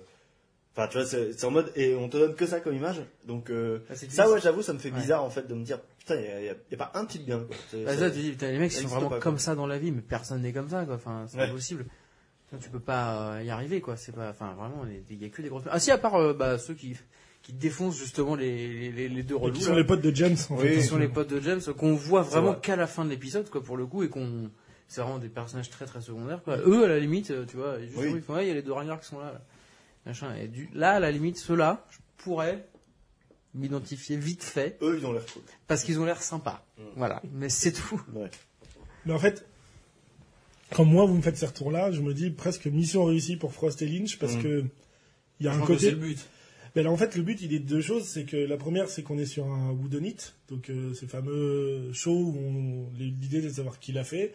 Speaker 4: Enfin, tu vois, c'est c'est en mode... Et on te donne que ça comme image. Donc, euh,
Speaker 3: Ah, c'est
Speaker 4: ça,
Speaker 3: triste.
Speaker 4: ouais, j'avoue, ça me fait
Speaker 3: Ouais.
Speaker 4: bizarre, en fait, de me dire, putain, il n'y a, y a- y a pas un petit de bien, quoi. C'est-
Speaker 3: Bah,
Speaker 4: c'est-
Speaker 3: ça, tu dis, putain, les mecs, ils
Speaker 4: ça
Speaker 3: sont
Speaker 4: existe
Speaker 3: vraiment
Speaker 4: pas, quoi.
Speaker 3: comme ça dans la vie, mais personne n'est comme ça, quoi. Enfin, c'est
Speaker 4: Ouais.
Speaker 3: pas possible. Ça, Tu peux pas euh, y arriver, quoi. C'est pas, enfin, vraiment, il y a que des grosses. Ah, si, à part, euh, bah, ceux qui, qui défoncent justement les, les, les deux
Speaker 2: Et
Speaker 3: relous.
Speaker 2: qui sont
Speaker 3: là.
Speaker 2: les potes de James, en
Speaker 4: Oui,
Speaker 2: fait.
Speaker 3: Qui sont les potes de James, qu'on voit vraiment
Speaker 4: vrai.
Speaker 3: qu'à la fin de l'épisode, quoi, pour le coup, et qu'on, c'est vraiment des personnages très très secondaires, quoi. Eux, à la limite, euh, tu vois, juste,
Speaker 4: Oui.
Speaker 3: ils font, ouais, il y a les deux ragnards qui sont là, là. Machin. Et du, là, à la limite, ceux-là, je pourrais m'identifier vite fait,
Speaker 4: Eux, ils ont l'air cool.
Speaker 3: parce qu'ils ont l'air sympas.
Speaker 4: Mm.
Speaker 3: Voilà. Mais c'est tout.
Speaker 4: Ouais.
Speaker 2: Mais en fait, quand moi, vous me faites ces retours-là, je me dis presque mission réussie pour Frost et Lynch, parce
Speaker 4: Mhm.
Speaker 2: que il y a
Speaker 3: Mm. Je
Speaker 2: un
Speaker 3: pense que
Speaker 2: côté...
Speaker 3: c'est le but.
Speaker 2: Ben là, en fait, le but, il est de deux choses. C'est que la première, c'est qu'on est sur un Woodonite, donc euh, ces fameux show où on- l'idée c'est de savoir qui l'a fait.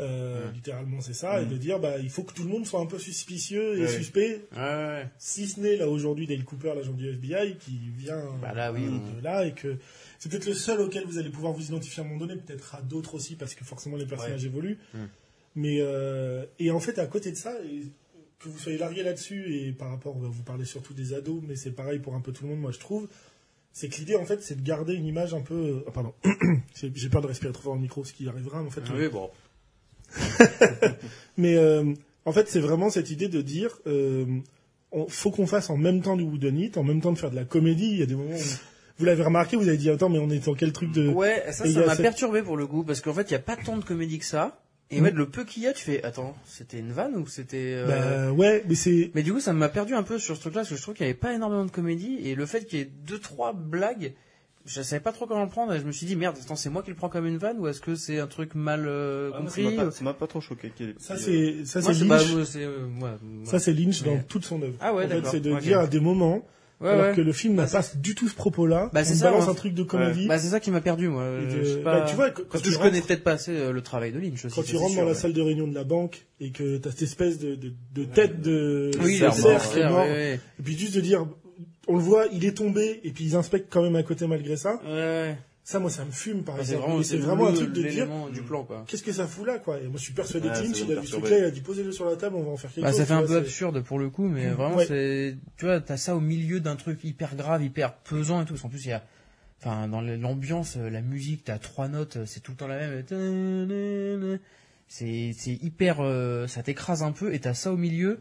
Speaker 2: Euh,
Speaker 3: Ouais.
Speaker 2: Littéralement, c'est ça, et
Speaker 4: Mm.
Speaker 2: de dire, bah, il faut que tout le monde soit un peu suspicieux et
Speaker 4: Ouais.
Speaker 2: suspect,
Speaker 3: Ouais, ouais.
Speaker 2: si ce n'est là aujourd'hui Dale Cooper, l'agent du FBI, qui vient
Speaker 3: Bah là, oui,
Speaker 2: euh,
Speaker 3: on-
Speaker 2: de là, et que c'est peut-être le seul auquel vous allez pouvoir vous identifier à un moment donné, peut-être à d'autres aussi, parce que forcément les personnages évoluent.
Speaker 3: Mm.
Speaker 2: Mais euh, et en fait, à côté de ça, et que vous soyez largué là-dessus, et par rapport, bah, vous parlez surtout des ados, mais c'est pareil pour un peu tout le monde, moi je trouve, c'est que l'idée en fait, c'est de garder une image un peu. ah, pardon, (coughs) j'ai j'ai peur de respirer trop fort le micro, ce qui arrivera, mais en fait, le-
Speaker 3: Oui, bon.
Speaker 2: mais euh, en fait, c'est vraiment cette idée de dire, euh, on, faut qu'on fasse en même temps du woodenite, en même temps de faire de la comédie. Il y a des moments où vous l'avez remarqué, vous avez dit attends, mais on est dans quel truc de
Speaker 3: Ouais, ça,
Speaker 2: Et il y
Speaker 3: ça
Speaker 2: a
Speaker 3: m'a
Speaker 2: cette-
Speaker 3: perturbé pour le coup, parce qu'en fait, il n'y a pas tant de comédie que ça. Et
Speaker 2: Mm.
Speaker 3: en fait, le peu qu'il y a, tu fais, attends, c'était une vanne ou c'était... euh,
Speaker 2: Bah ouais, mais c'est
Speaker 3: Mais du coup, ça m'a perdu un peu sur ce truc-là, parce que je trouve qu'il n'y avait pas énormément de comédie, et le fait qu'il y ait deux, trois blagues, je savais pas trop comment le prendre, et je me suis dit, merde, attends, c'est moi qui le prends comme une vanne, ou est-ce que c'est un truc mal euh,
Speaker 4: Ah, moi, ça
Speaker 3: compris
Speaker 4: m'a pas- ça m'a pas, trop choqué. qu'il y ait-
Speaker 2: ça
Speaker 4: qu'il y ait-
Speaker 2: c'est ça
Speaker 3: euh, Moi,
Speaker 2: c'est
Speaker 3: c'est
Speaker 2: Lynch,
Speaker 3: pas- moi, c'est, euh, moi, moi.
Speaker 2: ça c'est Lynch dans
Speaker 3: Ouais.
Speaker 2: toute son œuvre.
Speaker 3: Ah ouais,
Speaker 2: en fait,
Speaker 3: d'accord.
Speaker 2: c'est de
Speaker 3: Ok.
Speaker 2: dire à des moments
Speaker 3: Ouais,
Speaker 2: alors
Speaker 3: ouais.
Speaker 2: que le film n'a
Speaker 3: Bah,
Speaker 2: pas du tout ce propos-là,
Speaker 3: Bah,
Speaker 2: on
Speaker 3: c'est ça,
Speaker 2: balance
Speaker 3: ouais.
Speaker 2: un truc de comédie.
Speaker 3: Bah, c'est ça qui m'a perdu, moi.
Speaker 2: et
Speaker 3: euh,
Speaker 2: de-
Speaker 3: je sais
Speaker 2: bah,
Speaker 3: pas-
Speaker 2: tu vois, quand,
Speaker 3: parce
Speaker 2: tu
Speaker 3: que je
Speaker 2: rentres-
Speaker 3: connais peut-être pas assez euh, le travail de Lynch aussi.
Speaker 2: quand
Speaker 3: ça,
Speaker 2: tu
Speaker 3: c'est
Speaker 2: rentres
Speaker 3: sûr,
Speaker 2: dans la
Speaker 3: ouais.
Speaker 2: salle de réunion de la banque et que t'as cette espèce de, de, de tête de
Speaker 3: oui,
Speaker 2: de
Speaker 4: le
Speaker 3: la
Speaker 4: cerf,
Speaker 2: cerf
Speaker 3: cerf,
Speaker 2: qui est
Speaker 3: ouais,
Speaker 2: mort,
Speaker 3: ouais.
Speaker 2: Et puis juste de dire, on le voit, il est tombé, et puis ils inspectent quand même à côté malgré ça.
Speaker 3: Ouais, ouais.
Speaker 2: Ça, moi, ça me fume, par
Speaker 3: Enfin, Ah, c'est
Speaker 2: exemple.
Speaker 3: vraiment,
Speaker 2: Mais
Speaker 3: c'est
Speaker 2: Ah, c'est vraiment
Speaker 3: le-
Speaker 2: un truc de dire,
Speaker 3: l'élément Ah, du plan, quoi.
Speaker 2: qu'est-ce que ça fout là, quoi. Et moi, je suis persuadé
Speaker 4: Ouais,
Speaker 2: que
Speaker 4: ça
Speaker 2: Lynch,
Speaker 4: doit
Speaker 2: il
Speaker 4: me
Speaker 2: a vu ce
Speaker 4: perturber.
Speaker 2: truc-là, il a dit, posez-le sur la table, on va en faire quelque
Speaker 3: Bah,
Speaker 2: chose.
Speaker 3: ça fait
Speaker 2: tu
Speaker 3: un
Speaker 2: vois,
Speaker 3: peu
Speaker 2: c'est-
Speaker 3: absurde pour le coup, mais
Speaker 2: Mm,
Speaker 3: vraiment,
Speaker 2: ouais.
Speaker 3: c'est, tu vois, t'as ça au milieu d'un truc hyper grave, hyper pesant et tout. Parce qu'en plus, il y a, enfin, dans l'ambiance, euh, la musique, t'as trois notes, euh, c'est tout le temps la même. C'est, c'est hyper, euh, ça t'écrase un peu et t'as ça au milieu.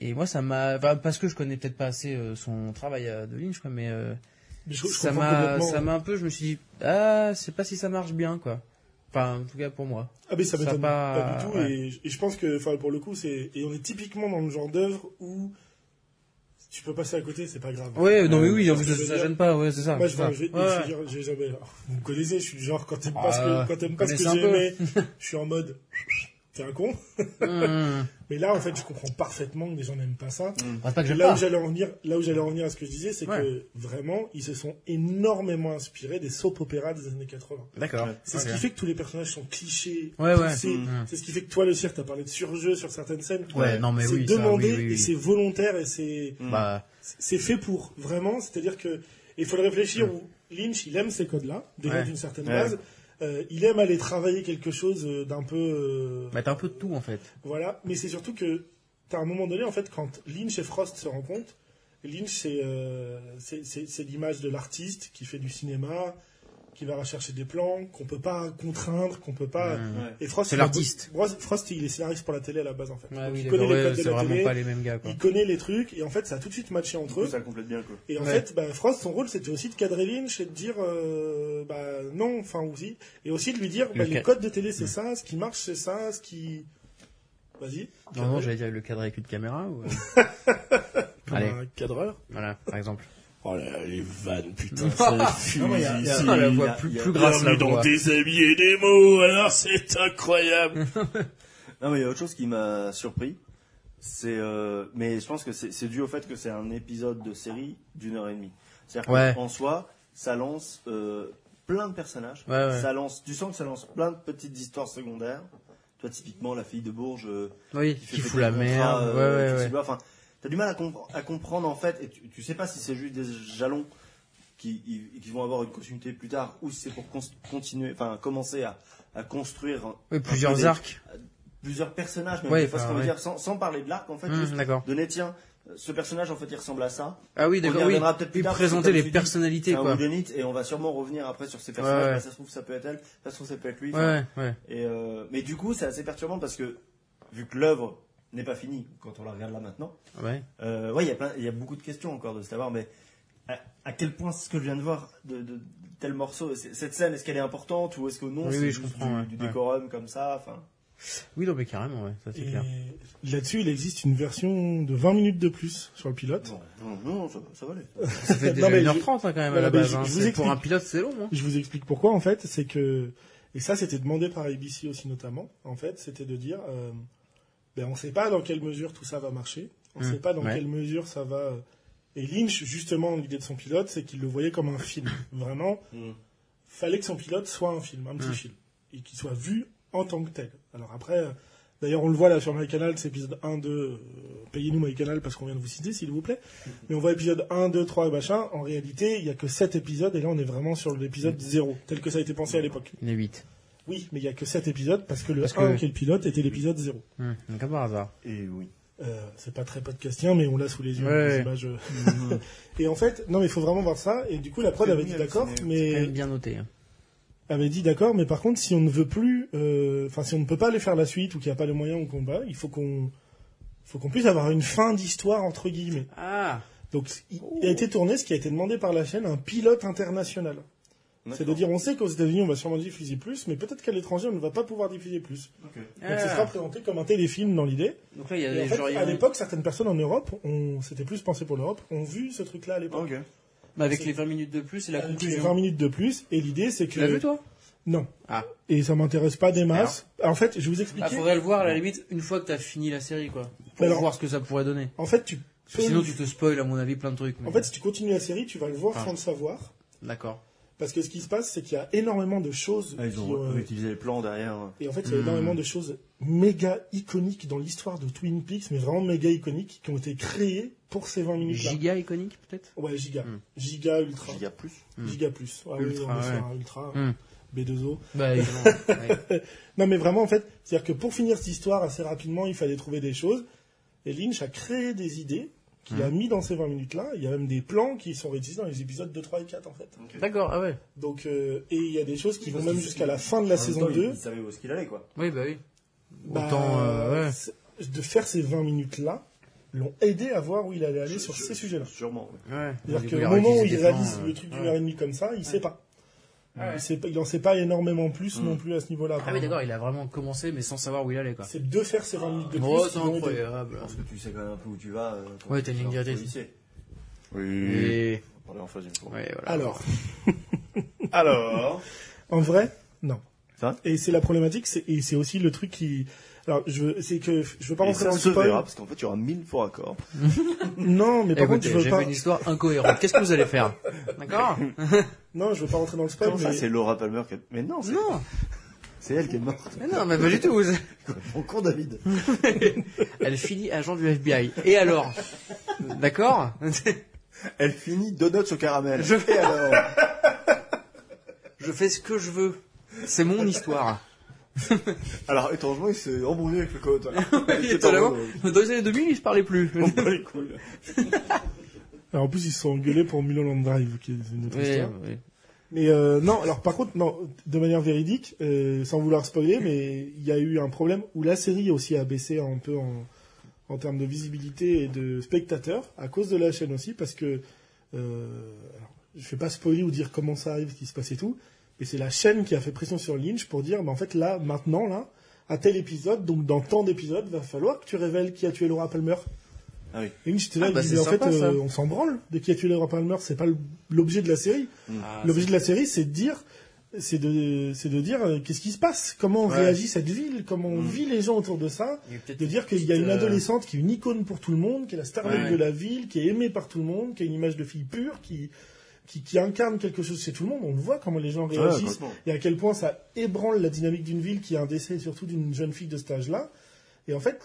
Speaker 3: Et moi, ça m'a, enfin, parce que je connais peut-être pas assez euh, son travail euh, de Lynch, quoi, mais euh,
Speaker 2: Mais je- je
Speaker 3: ça
Speaker 2: comprends
Speaker 3: m'a,
Speaker 2: complètement.
Speaker 3: ça m'a un peu, je me suis dit, ah, c'est pas si ça marche bien, quoi. Enfin, en tout cas pour moi.
Speaker 2: Ah, mais ça
Speaker 3: ça
Speaker 2: m'étonne pas...
Speaker 3: pas-
Speaker 2: du tout.
Speaker 3: ouais.
Speaker 2: Et, je- et je pense que, enfin, pour le coup, c'est, et on est typiquement dans le genre d'œuvre où tu peux passer à côté, c'est pas grave. Euh,
Speaker 3: Ouais, non mais
Speaker 2: oui,
Speaker 3: oui,
Speaker 2: en plus, ça- ça
Speaker 3: ça
Speaker 2: gêne
Speaker 3: gêne pas, ouais, c'est ça.
Speaker 2: Moi, je, je vais- je vais dire, j'ai jamais. Vous me connaissez, je suis le genre quand t'aimes pas
Speaker 3: Ah,
Speaker 2: ce que, quand t'aimes pas ce que
Speaker 3: connaissez un
Speaker 2: j'aimais, je suis
Speaker 3: (laughs)
Speaker 2: en mode, t'es un con. Mais là, en fait, je comprends parfaitement que les gens n'aiment pas ça.
Speaker 3: pas que j'aime
Speaker 2: Là
Speaker 3: pas.
Speaker 2: où j'allais en venir, là où j'allais en venir à ce que je disais, c'est
Speaker 3: Ouais.
Speaker 2: que vraiment, ils se sont énormément inspirés des soap opéras des années 80.
Speaker 3: D'accord.
Speaker 2: C'est ce qui fait que tous les personnages sont clichés,
Speaker 3: Ouais, ouais.
Speaker 2: poussés.
Speaker 3: Mm.
Speaker 2: C'est ce qui fait que toi, le cirque, t'as parlé de surjeu sur certaines scènes.
Speaker 3: Ouais, non, mais
Speaker 2: c'est
Speaker 3: oui, ça,
Speaker 2: demandé
Speaker 3: oui, oui,
Speaker 2: et
Speaker 3: oui.
Speaker 2: c'est volontaire et c'est
Speaker 3: Bah,
Speaker 2: c'est fait pour vraiment. C'est-à-dire que il faut le réfléchir. Où Lynch, il aime ces codes-là, déjà
Speaker 3: Mmh. Ouais.
Speaker 2: d'une certaine
Speaker 4: Ouais.
Speaker 2: base. Euh, il aime aller travailler quelque chose euh, d'un peu euh,
Speaker 3: mettre un peu de tout en fait.
Speaker 2: voilà, mais c'est surtout que t'as un moment donné, en fait, quand Lynch et Frost se rencontrent, Lynch, c'est euh, c'est- c'est- c'est l'image de l'artiste qui fait du cinéma, qui va rechercher des plans, qu'on peut pas contraindre, qu'on peut pas.
Speaker 3: Mmh.
Speaker 4: Ouais.
Speaker 2: Et Frost,
Speaker 3: C'est
Speaker 2: il a-
Speaker 3: l'artiste.
Speaker 2: Frost, Frost, il est scénariste pour la télé à la base en fait.
Speaker 3: Ouais,
Speaker 2: Donc,
Speaker 3: oui,
Speaker 2: il
Speaker 3: d'accord,
Speaker 2: connaît les
Speaker 3: ouais,
Speaker 2: codes de
Speaker 3: c'est
Speaker 2: la
Speaker 3: vraiment
Speaker 2: télé,
Speaker 3: pas les mêmes gars, quoi.
Speaker 2: il connaît les trucs, et en fait, ça a tout de suite matché entre eux.
Speaker 4: Ça le complète bien, quoi.
Speaker 2: Et en
Speaker 3: Ouais.
Speaker 2: fait, bah, Frost, son rôle, c'était aussi de cadrer Lynch et de dire, euh, bah, non, enfin, aussi, et aussi de lui dire, bah,
Speaker 3: Le
Speaker 2: les
Speaker 3: ca-
Speaker 2: codes de télé, c'est ça, ce qui marche, c'est ça, ce qui... Vas-y.
Speaker 3: Non, non, j'allais dire le cadre avec une caméra ou.
Speaker 4: (laughs)
Speaker 3: euh,
Speaker 2: Comme
Speaker 3: Allez,
Speaker 2: un cadreur.
Speaker 3: voilà, par exemple.
Speaker 2: Oh là là, les vannes, putain,
Speaker 3: ça les
Speaker 4: Non, mais il y a- il y a-
Speaker 3: Ah,
Speaker 4: il y
Speaker 3: la
Speaker 4: a-
Speaker 3: voix
Speaker 4: il
Speaker 3: plus,
Speaker 4: y a-
Speaker 3: plus grasse la
Speaker 2: dans
Speaker 3: voix.
Speaker 2: des habits et des mots, alors c'est incroyable.
Speaker 4: Non, mais il y a autre chose qui m'a surpris. C'est, euh, mais je pense que c'est c'est dû au fait que c'est un épisode de série d'une heure et demie. C'est-à-dire
Speaker 3: Ouais.
Speaker 4: qu'en soi, ça lance euh, plein de personnages.
Speaker 3: Ouais, ouais.
Speaker 4: Ça lance, tu sens que ça lance plein de petites histoires secondaires. Tu vois, typiquement, la fille de Bourges euh,
Speaker 3: Oui,
Speaker 4: qui fait
Speaker 3: qui
Speaker 4: péter
Speaker 3: fout la
Speaker 4: le contrat,
Speaker 3: merde.
Speaker 4: euh, qui
Speaker 3: ouais, ouais,
Speaker 4: s'y
Speaker 3: ouais.
Speaker 4: bat. Enfin, t'as du mal à, compre- à comprendre en fait, et tu, tu sais pas si c'est juste des jalons qui, qui- qui vont avoir une continuité plus tard, ou si c'est pour cons- continuer, enfin, commencer à, à construire un-
Speaker 3: Oui,
Speaker 4: un peu
Speaker 3: plusieurs
Speaker 4: des-
Speaker 3: arcs.
Speaker 4: plusieurs personnages, même
Speaker 3: Ouais,
Speaker 4: des fois,
Speaker 3: enfin,
Speaker 4: ce qu'on veut
Speaker 3: ouais.
Speaker 4: dire, sans, sans parler de l'arc, en fait,
Speaker 3: Hum,
Speaker 4: juste
Speaker 3: D'accord.
Speaker 4: donner, tiens, euh, ce personnage, en fait, il ressemble à ça.
Speaker 3: Ah oui,
Speaker 4: On y
Speaker 3: d'accord. Oui,
Speaker 4: reviendra peut-être plus
Speaker 3: Puis
Speaker 4: tard,
Speaker 3: présenter
Speaker 4: comme
Speaker 3: les
Speaker 4: tu dis, Ah,
Speaker 3: personnalités,
Speaker 4: C'est un
Speaker 3: quoi. Ouais,
Speaker 4: Whodunit, et on va sûrement revenir après sur ces personnages.
Speaker 3: Ouais, ouais.
Speaker 4: Bah, ça se trouve, ça peut être elle, ça se trouve, ça peut être lui. Enfin,
Speaker 3: ouais, ouais.
Speaker 4: Et, euh, mais du coup, c'est assez perturbant parce que, vu que l'œuvre n'est pas finie, quand on la regarde là maintenant,
Speaker 3: ouais.
Speaker 4: euh, ouais, il y a plein, il y a beaucoup de questions encore de savoir, mais à, à quel point ce que je viens de voir de, de- de tel morceau, c'est- cette scène, est-ce qu'elle est importante ou est-ce que non,
Speaker 3: Oui,
Speaker 4: c'est
Speaker 3: oui, je
Speaker 4: juste
Speaker 3: comprends,
Speaker 4: du,
Speaker 3: ouais,
Speaker 4: du
Speaker 3: ouais.
Speaker 4: décorum comme ça, enfin.
Speaker 3: Oui, non, mais carrément, ouais, ça c'est clair.
Speaker 2: Et Là-dessus, il existe une version de 20 minutes de plus sur le pilote.
Speaker 4: Non, non, non, ça, ça va aller.
Speaker 3: Ça fait
Speaker 2: Non,
Speaker 3: déjà
Speaker 2: mais je-
Speaker 3: 1h30 hein, quand même à la
Speaker 2: Voilà, mais
Speaker 3: base.
Speaker 2: je-
Speaker 3: hein.
Speaker 2: je vous
Speaker 3: C'est-
Speaker 2: explique.
Speaker 3: Pour un pilote, c'est long. Hein.
Speaker 2: Je vous explique pourquoi en fait, c'est que et ça c'était demandé par ABC aussi notamment. En fait, c'était de dire euh, ben on sait pas dans quelle mesure tout ça va marcher, on
Speaker 3: Mm,
Speaker 2: sait pas dans
Speaker 3: ouais.
Speaker 2: quelle mesure ça va euh, et Lynch justement l'idée de son pilote, c'est qu'il le voyait comme un film. Vraiment, fallait que son pilote soit un film, un petit
Speaker 3: Mm.
Speaker 2: film et qu'il soit vu en tant que tel. Alors après euh, D'ailleurs, on le voit là sur MyCanal, c'est épisode 1, 2. euh, Payez-nous MyCanal parce qu'on vient de vous citer, s'il vous plaît.
Speaker 3: Mmh.
Speaker 2: Mais on voit épisode 1, 2, 3 et machin. En réalité, il n'y a que 7 épisodes et là, on est vraiment sur
Speaker 3: Mmh.
Speaker 2: l'épisode 0, tel que ça a été pensé à l'époque.
Speaker 3: Il y en a 8.
Speaker 2: Oui, mais il n'y a que 7 épisodes parce que le
Speaker 3: Mmh. Parce que- Mmh.
Speaker 2: 1 qui est le pilote était l'épisode 0.
Speaker 3: Comme par hasard.
Speaker 4: Et oui.
Speaker 2: Euh, c'est pas très podcastien, mais on l'a sous les yeux,
Speaker 3: Ouais. Mmh.
Speaker 2: les images. euh. (laughs) et en fait, non, mais il faut vraiment voir ça. Et du coup, la prod
Speaker 4: C'est
Speaker 2: avait
Speaker 4: oui,
Speaker 2: dit
Speaker 4: elle,
Speaker 2: d'accord,
Speaker 4: c'est-
Speaker 3: C'est quand
Speaker 2: mais
Speaker 3: même bien noté. hein.
Speaker 2: avait dit d'accord, mais par contre, si on ne veut plus, euh, enfin, si on ne peut pas aller faire la suite ou qu'il n'y a pas les moyens ou qu'on va, il faut qu'on, faut qu'on puisse avoir une fin d'histoire entre guillemets.
Speaker 3: Ah
Speaker 2: Donc, il il a été tourné ce qui a été demandé par la chaîne, un pilote international. C'est de dire, on sait qu'aux États-Unis, on va sûrement diffuser plus, mais peut-être qu'à l'étranger, on ne va pas pouvoir diffuser plus. Donc, ce
Speaker 3: Ah.
Speaker 2: sera présenté comme un téléfilm dans l'idée.
Speaker 3: Donc là, il y a
Speaker 2: Et en
Speaker 3: des
Speaker 2: fait,
Speaker 3: genre, il y a
Speaker 2: à
Speaker 3: un-
Speaker 2: l'époque, certaines personnes en Europe, on, c'était plus pensé pour l'Europe, ont vu ce truc-là à l'époque.
Speaker 4: Ok.
Speaker 3: Mais avec les 20 minutes de plus, c'est la
Speaker 2: Avec Euh, les 20
Speaker 3: conclusion.
Speaker 2: minutes de plus, et l'idée, c'est que...
Speaker 3: Tu l'as hein. vu, toi
Speaker 2: Non.
Speaker 3: Ah.
Speaker 2: Et ça m'intéresse pas des masses. en fait, je vais vous
Speaker 3: Ah,
Speaker 2: expliquer.
Speaker 3: faudrait le voir à la limite une fois que t'as fini la série, quoi. Pour
Speaker 2: Bah, Alors-
Speaker 3: voir ce que ça pourrait donner.
Speaker 2: En fait, tu
Speaker 3: Parce
Speaker 2: peux...
Speaker 3: que sinon, tu te spoil, à mon avis, plein de trucs. mais-
Speaker 2: En fait, si tu continues la série, tu vas le voir
Speaker 3: Ah.
Speaker 2: sans le savoir.
Speaker 3: D'accord.
Speaker 2: Parce que ce qui se passe, c'est qu'il y a énormément de choses
Speaker 4: Ah, ils
Speaker 2: qui ont,
Speaker 4: ont
Speaker 2: euh,
Speaker 4: réutilisé les plans derrière. euh,
Speaker 2: Et en fait, il y a
Speaker 3: Hmm.
Speaker 2: énormément de choses méga iconiques dans l'histoire de Twin Peaks, mais vraiment méga iconiques, qui ont été créées pour ces 20 minutes-là.
Speaker 3: Giga iconique, peut-être
Speaker 2: Ouais, giga.
Speaker 3: Hmm.
Speaker 2: Giga ultra.
Speaker 4: Giga plus.
Speaker 3: Hmm.
Speaker 2: Giga plus. Ah oui,
Speaker 3: Ultra,
Speaker 2: on est
Speaker 3: ouais.
Speaker 2: sur un ultra.
Speaker 3: Hmm.
Speaker 2: B2O.
Speaker 3: (laughs) Bah, évidemment. ouais.
Speaker 2: Non, mais vraiment, en fait, c'est-à-dire que pour finir cette histoire assez rapidement, il fallait trouver des choses. Et Lynch a créé des idées qu'il
Speaker 3: Mmh.
Speaker 2: a mis dans ces 20 minutes-là. Il y a même des plans qui sont réutilisés dans les épisodes 2, 3 et 4, en fait.
Speaker 3: D'accord, ah ouais.
Speaker 2: Donc, euh, et il y a des choses qui
Speaker 4: Oui,
Speaker 2: vont
Speaker 4: parce
Speaker 2: même
Speaker 4: qu'il-
Speaker 2: jusqu'à la fin de
Speaker 3: Ah,
Speaker 2: la saison 2.
Speaker 4: Il savait où est-ce qu'il allait, quoi.
Speaker 3: Oui, bah oui.
Speaker 2: Bah,
Speaker 3: Autant, euh, ouais.
Speaker 2: c'est- de faire ces 20 minutes-là l'ont aidé à voir où il allait aller sur ces sujets-là.
Speaker 4: Sûrement. euh, oui.
Speaker 3: Ouais.
Speaker 2: C'est-à-dire
Speaker 3: Du
Speaker 2: que
Speaker 3: coup, il
Speaker 2: le
Speaker 3: a
Speaker 2: moment où
Speaker 3: réutilisé
Speaker 2: il
Speaker 3: des plans,
Speaker 2: réalise
Speaker 3: euh,
Speaker 2: le truc d'une
Speaker 3: ouais.
Speaker 2: heure et demie comme ça, il sait pas.
Speaker 3: Ah ouais.
Speaker 2: Il, sait pas- il en sait pas énormément plus
Speaker 4: Mm.
Speaker 2: non plus à ce niveau-là.
Speaker 3: Ah oui, d'accord, il a vraiment commencé, mais sans savoir où il allait, quoi.
Speaker 2: C'est de faire ces 20 minutes de plus.
Speaker 3: Oh,
Speaker 2: qui
Speaker 3: c'est
Speaker 2: l'ont aidé.
Speaker 3: incroyable.
Speaker 4: Parce que tu sais quand même un peu où tu vas. euh, quand
Speaker 3: Ouais,
Speaker 4: tu
Speaker 3: t'as une
Speaker 4: sors
Speaker 3: ligne
Speaker 4: du
Speaker 3: directrice.
Speaker 4: lycée.
Speaker 3: Et...
Speaker 4: On va parler en face d'une fois.
Speaker 3: Ouais, voilà.
Speaker 2: Alors,
Speaker 4: Alors.
Speaker 2: en vrai, non.
Speaker 4: Ça va
Speaker 2: Et c'est la problématique, c'est- et c'est aussi le truc qui. Alors, je veux, c'est que je veux pas
Speaker 4: Et
Speaker 2: rentrer
Speaker 4: ça
Speaker 2: dans le
Speaker 4: se
Speaker 2: spoil.
Speaker 4: verra, parce qu'en fait, il y aura mille faux raccords.
Speaker 2: Non, mais par contre,
Speaker 3: Écoutez,
Speaker 2: je veux
Speaker 3: j'ai
Speaker 2: pas.
Speaker 3: fait une histoire incohérente. Qu'est-ce que vous allez faire (laughs) D'accord
Speaker 2: Non, je veux pas rentrer dans le spoil.
Speaker 4: Comment ça,
Speaker 2: mais-
Speaker 4: c'est Laura Palmer qui a... Mais non, c'est-
Speaker 3: Non,
Speaker 4: c'est elle qui est morte. (laughs)
Speaker 3: mais non, mais pas du tout.
Speaker 4: Mon con, David.
Speaker 3: (laughs) Elle finit agent du FBI. Et alors D'accord
Speaker 4: Elle finit donuts au caramel.
Speaker 3: Je-
Speaker 4: Et alors
Speaker 3: (laughs) Je fais ce que je veux. C'est mon histoire.
Speaker 4: (laughs) Alors, étrangement, il s'est embrouillé avec le code.
Speaker 3: (laughs) (laughs) Il était là-haut. Dans les années 2000, il se parlait plus.
Speaker 2: Alors, en plus, ils se sont engueulés pour Mulholland Drive, qui est une autre
Speaker 3: (laughs) Oui,
Speaker 2: histoire.
Speaker 3: oui.
Speaker 2: Mais euh, non, alors par contre, non, de manière véridique, euh, sans vouloir spoiler, mais il y a eu un problème où la série aussi a baissé un peu en, en termes de visibilité et de spectateurs, à cause de la chaîne aussi, parce que... Euh, alors, je vais pas spoiler ou dire comment ça arrive, ce qui se passe et tout, mais c'est la chaîne qui a fait pression sur Lynch pour dire, mais en fait là, maintenant, là, à tel épisode, donc dans tant d'épisodes, va falloir que tu révèles qui a tué Laura Palmer.
Speaker 4: Ah oui.
Speaker 2: Lynch était là,
Speaker 1: Ah,
Speaker 2: il
Speaker 1: bah,
Speaker 2: disait,
Speaker 1: c'est
Speaker 2: en
Speaker 1: sympa,
Speaker 2: fait,
Speaker 1: ça.
Speaker 2: euh, on s'en branle de qui a tué Laura Palmer, c'est pas le- l'objet de la série.
Speaker 1: Mm.
Speaker 2: L'objet de la série, c'est de dire, c'est de, c'est de dire euh, qu'est-ce qui se passe, comment
Speaker 1: Ouais. Mm.
Speaker 2: réagit cette ville, comment on vit les gens autour de ça,
Speaker 3: Il y a peut-être
Speaker 2: de dire qu'il y a une
Speaker 4: Euh.
Speaker 2: adolescente qui est une icône pour tout le monde, qui est la star
Speaker 3: Ouais.
Speaker 2: de la ville, qui est aimée par tout le monde, qui a une image de fille pure, qui, qui, qui incarne quelque chose chez tout le monde. On voit comment les gens réagissent
Speaker 4: complètement.
Speaker 2: et à quel point ça ébranle la dynamique d'une ville qui a un décès, et surtout d'une jeune fille de cet âge-là. Et en fait,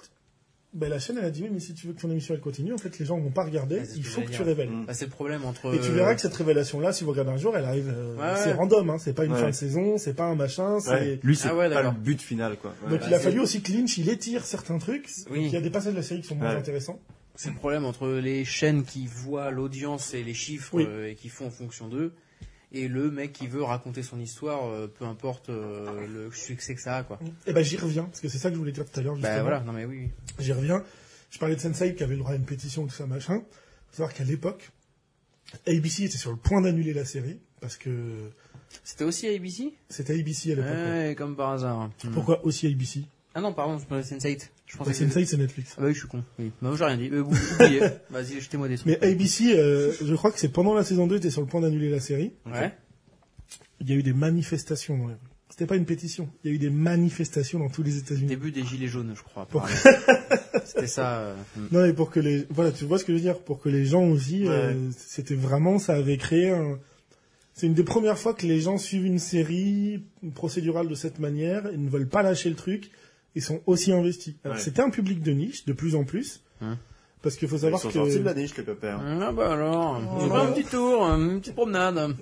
Speaker 2: ben, la chaîne, elle a dit oui, mais si tu veux que ton émission elle continue, en fait, les gens vont pas regarder,
Speaker 3: Ah, c'est ce
Speaker 2: il
Speaker 3: que
Speaker 2: faut que
Speaker 3: j'allais
Speaker 2: tu
Speaker 3: dire.
Speaker 2: révèles.
Speaker 4: Mm.
Speaker 3: Bah, c'est le problème entre.
Speaker 2: Et tu verras que cette révélation-là, si vous regardez un jour, elle arrive. euh,
Speaker 3: Ouais,
Speaker 2: c'est
Speaker 3: ouais.
Speaker 2: random, hein. C'est pas une
Speaker 4: Ouais.
Speaker 2: fin de saison, c'est pas un machin. c'est-
Speaker 4: Ouais. Lui, c'est
Speaker 3: Ah ouais,
Speaker 4: pas le
Speaker 3: d'accord.
Speaker 4: but final, quoi. Ouais.
Speaker 2: Donc
Speaker 3: bah,
Speaker 2: il a
Speaker 3: c'est-
Speaker 2: fallu aussi que Lynch il étire certains trucs.
Speaker 3: Oui.
Speaker 2: Donc, il y a des passages de la série qui sont moins
Speaker 4: Ouais.
Speaker 2: intéressants.
Speaker 3: euh, C'est le problème entre les chaînes qui voient l'audience et les chiffres
Speaker 2: Oui.
Speaker 3: euh, et qui font en fonction d'eux, et le mec qui veut raconter son histoire, euh, peu importe euh, le succès que ça a, quoi.
Speaker 2: Et ben j'y reviens parce que c'est ça que je voulais dire tout à l'heure.
Speaker 3: Bah
Speaker 2: justement.
Speaker 3: voilà, non mais oui.
Speaker 2: J'y reviens. Je parlais de Sensei qui avait le droit à une pétition tout ça machin. Faut savoir qu'à l'époque, ABC était sur le point d'annuler la série parce que
Speaker 3: C'était aussi à ABC
Speaker 2: c'était ABC à l'époque. ouais.
Speaker 3: Ouais, comme par hasard. Hmm.
Speaker 2: Pourquoi aussi ABC
Speaker 3: Ah non, pardon, c'est pas Sense8. Je pensais
Speaker 2: Bah,
Speaker 3: que c'était-
Speaker 2: Sensei c'est Netflix.
Speaker 3: Ah bah oui, je suis con. Oui. Bah, j'ai rien dit. Euh, vous- vous oubliez. Vas-y, jetez-moi des sons.
Speaker 2: Mais ABC, euh, je crois que c'est pendant la saison 2, était sur le point d'annuler la série.
Speaker 3: Ouais.
Speaker 2: Il y a eu des manifestations dans les rues. C'était pas une pétition. Il y a eu des manifestations dans tous les États-Unis.
Speaker 3: Début des gilets jaunes, je crois.
Speaker 2: Pour-
Speaker 3: par là. (laughs) C'était ça. euh, hmm.
Speaker 2: Non, mais pour que les, voilà, tu vois ce que je veux dire, pour que les gens aussi, euh, c'était vraiment, ça avait créé un. C'est une des premières fois que les gens suivent une série procédurale de cette manière, ils ne veulent pas lâcher le truc, ils sont aussi investis. Alors,
Speaker 4: Ouais.
Speaker 2: c'était un public de niche, de plus en plus,
Speaker 3: Hein.
Speaker 2: parce qu'il faut
Speaker 4: Ils
Speaker 2: savoir
Speaker 4: sont
Speaker 2: que.
Speaker 4: sortis de la niche, les hein. pépères.
Speaker 3: Ah bah alors,
Speaker 2: Oh.
Speaker 3: je ferai un petit tour, une petite promenade.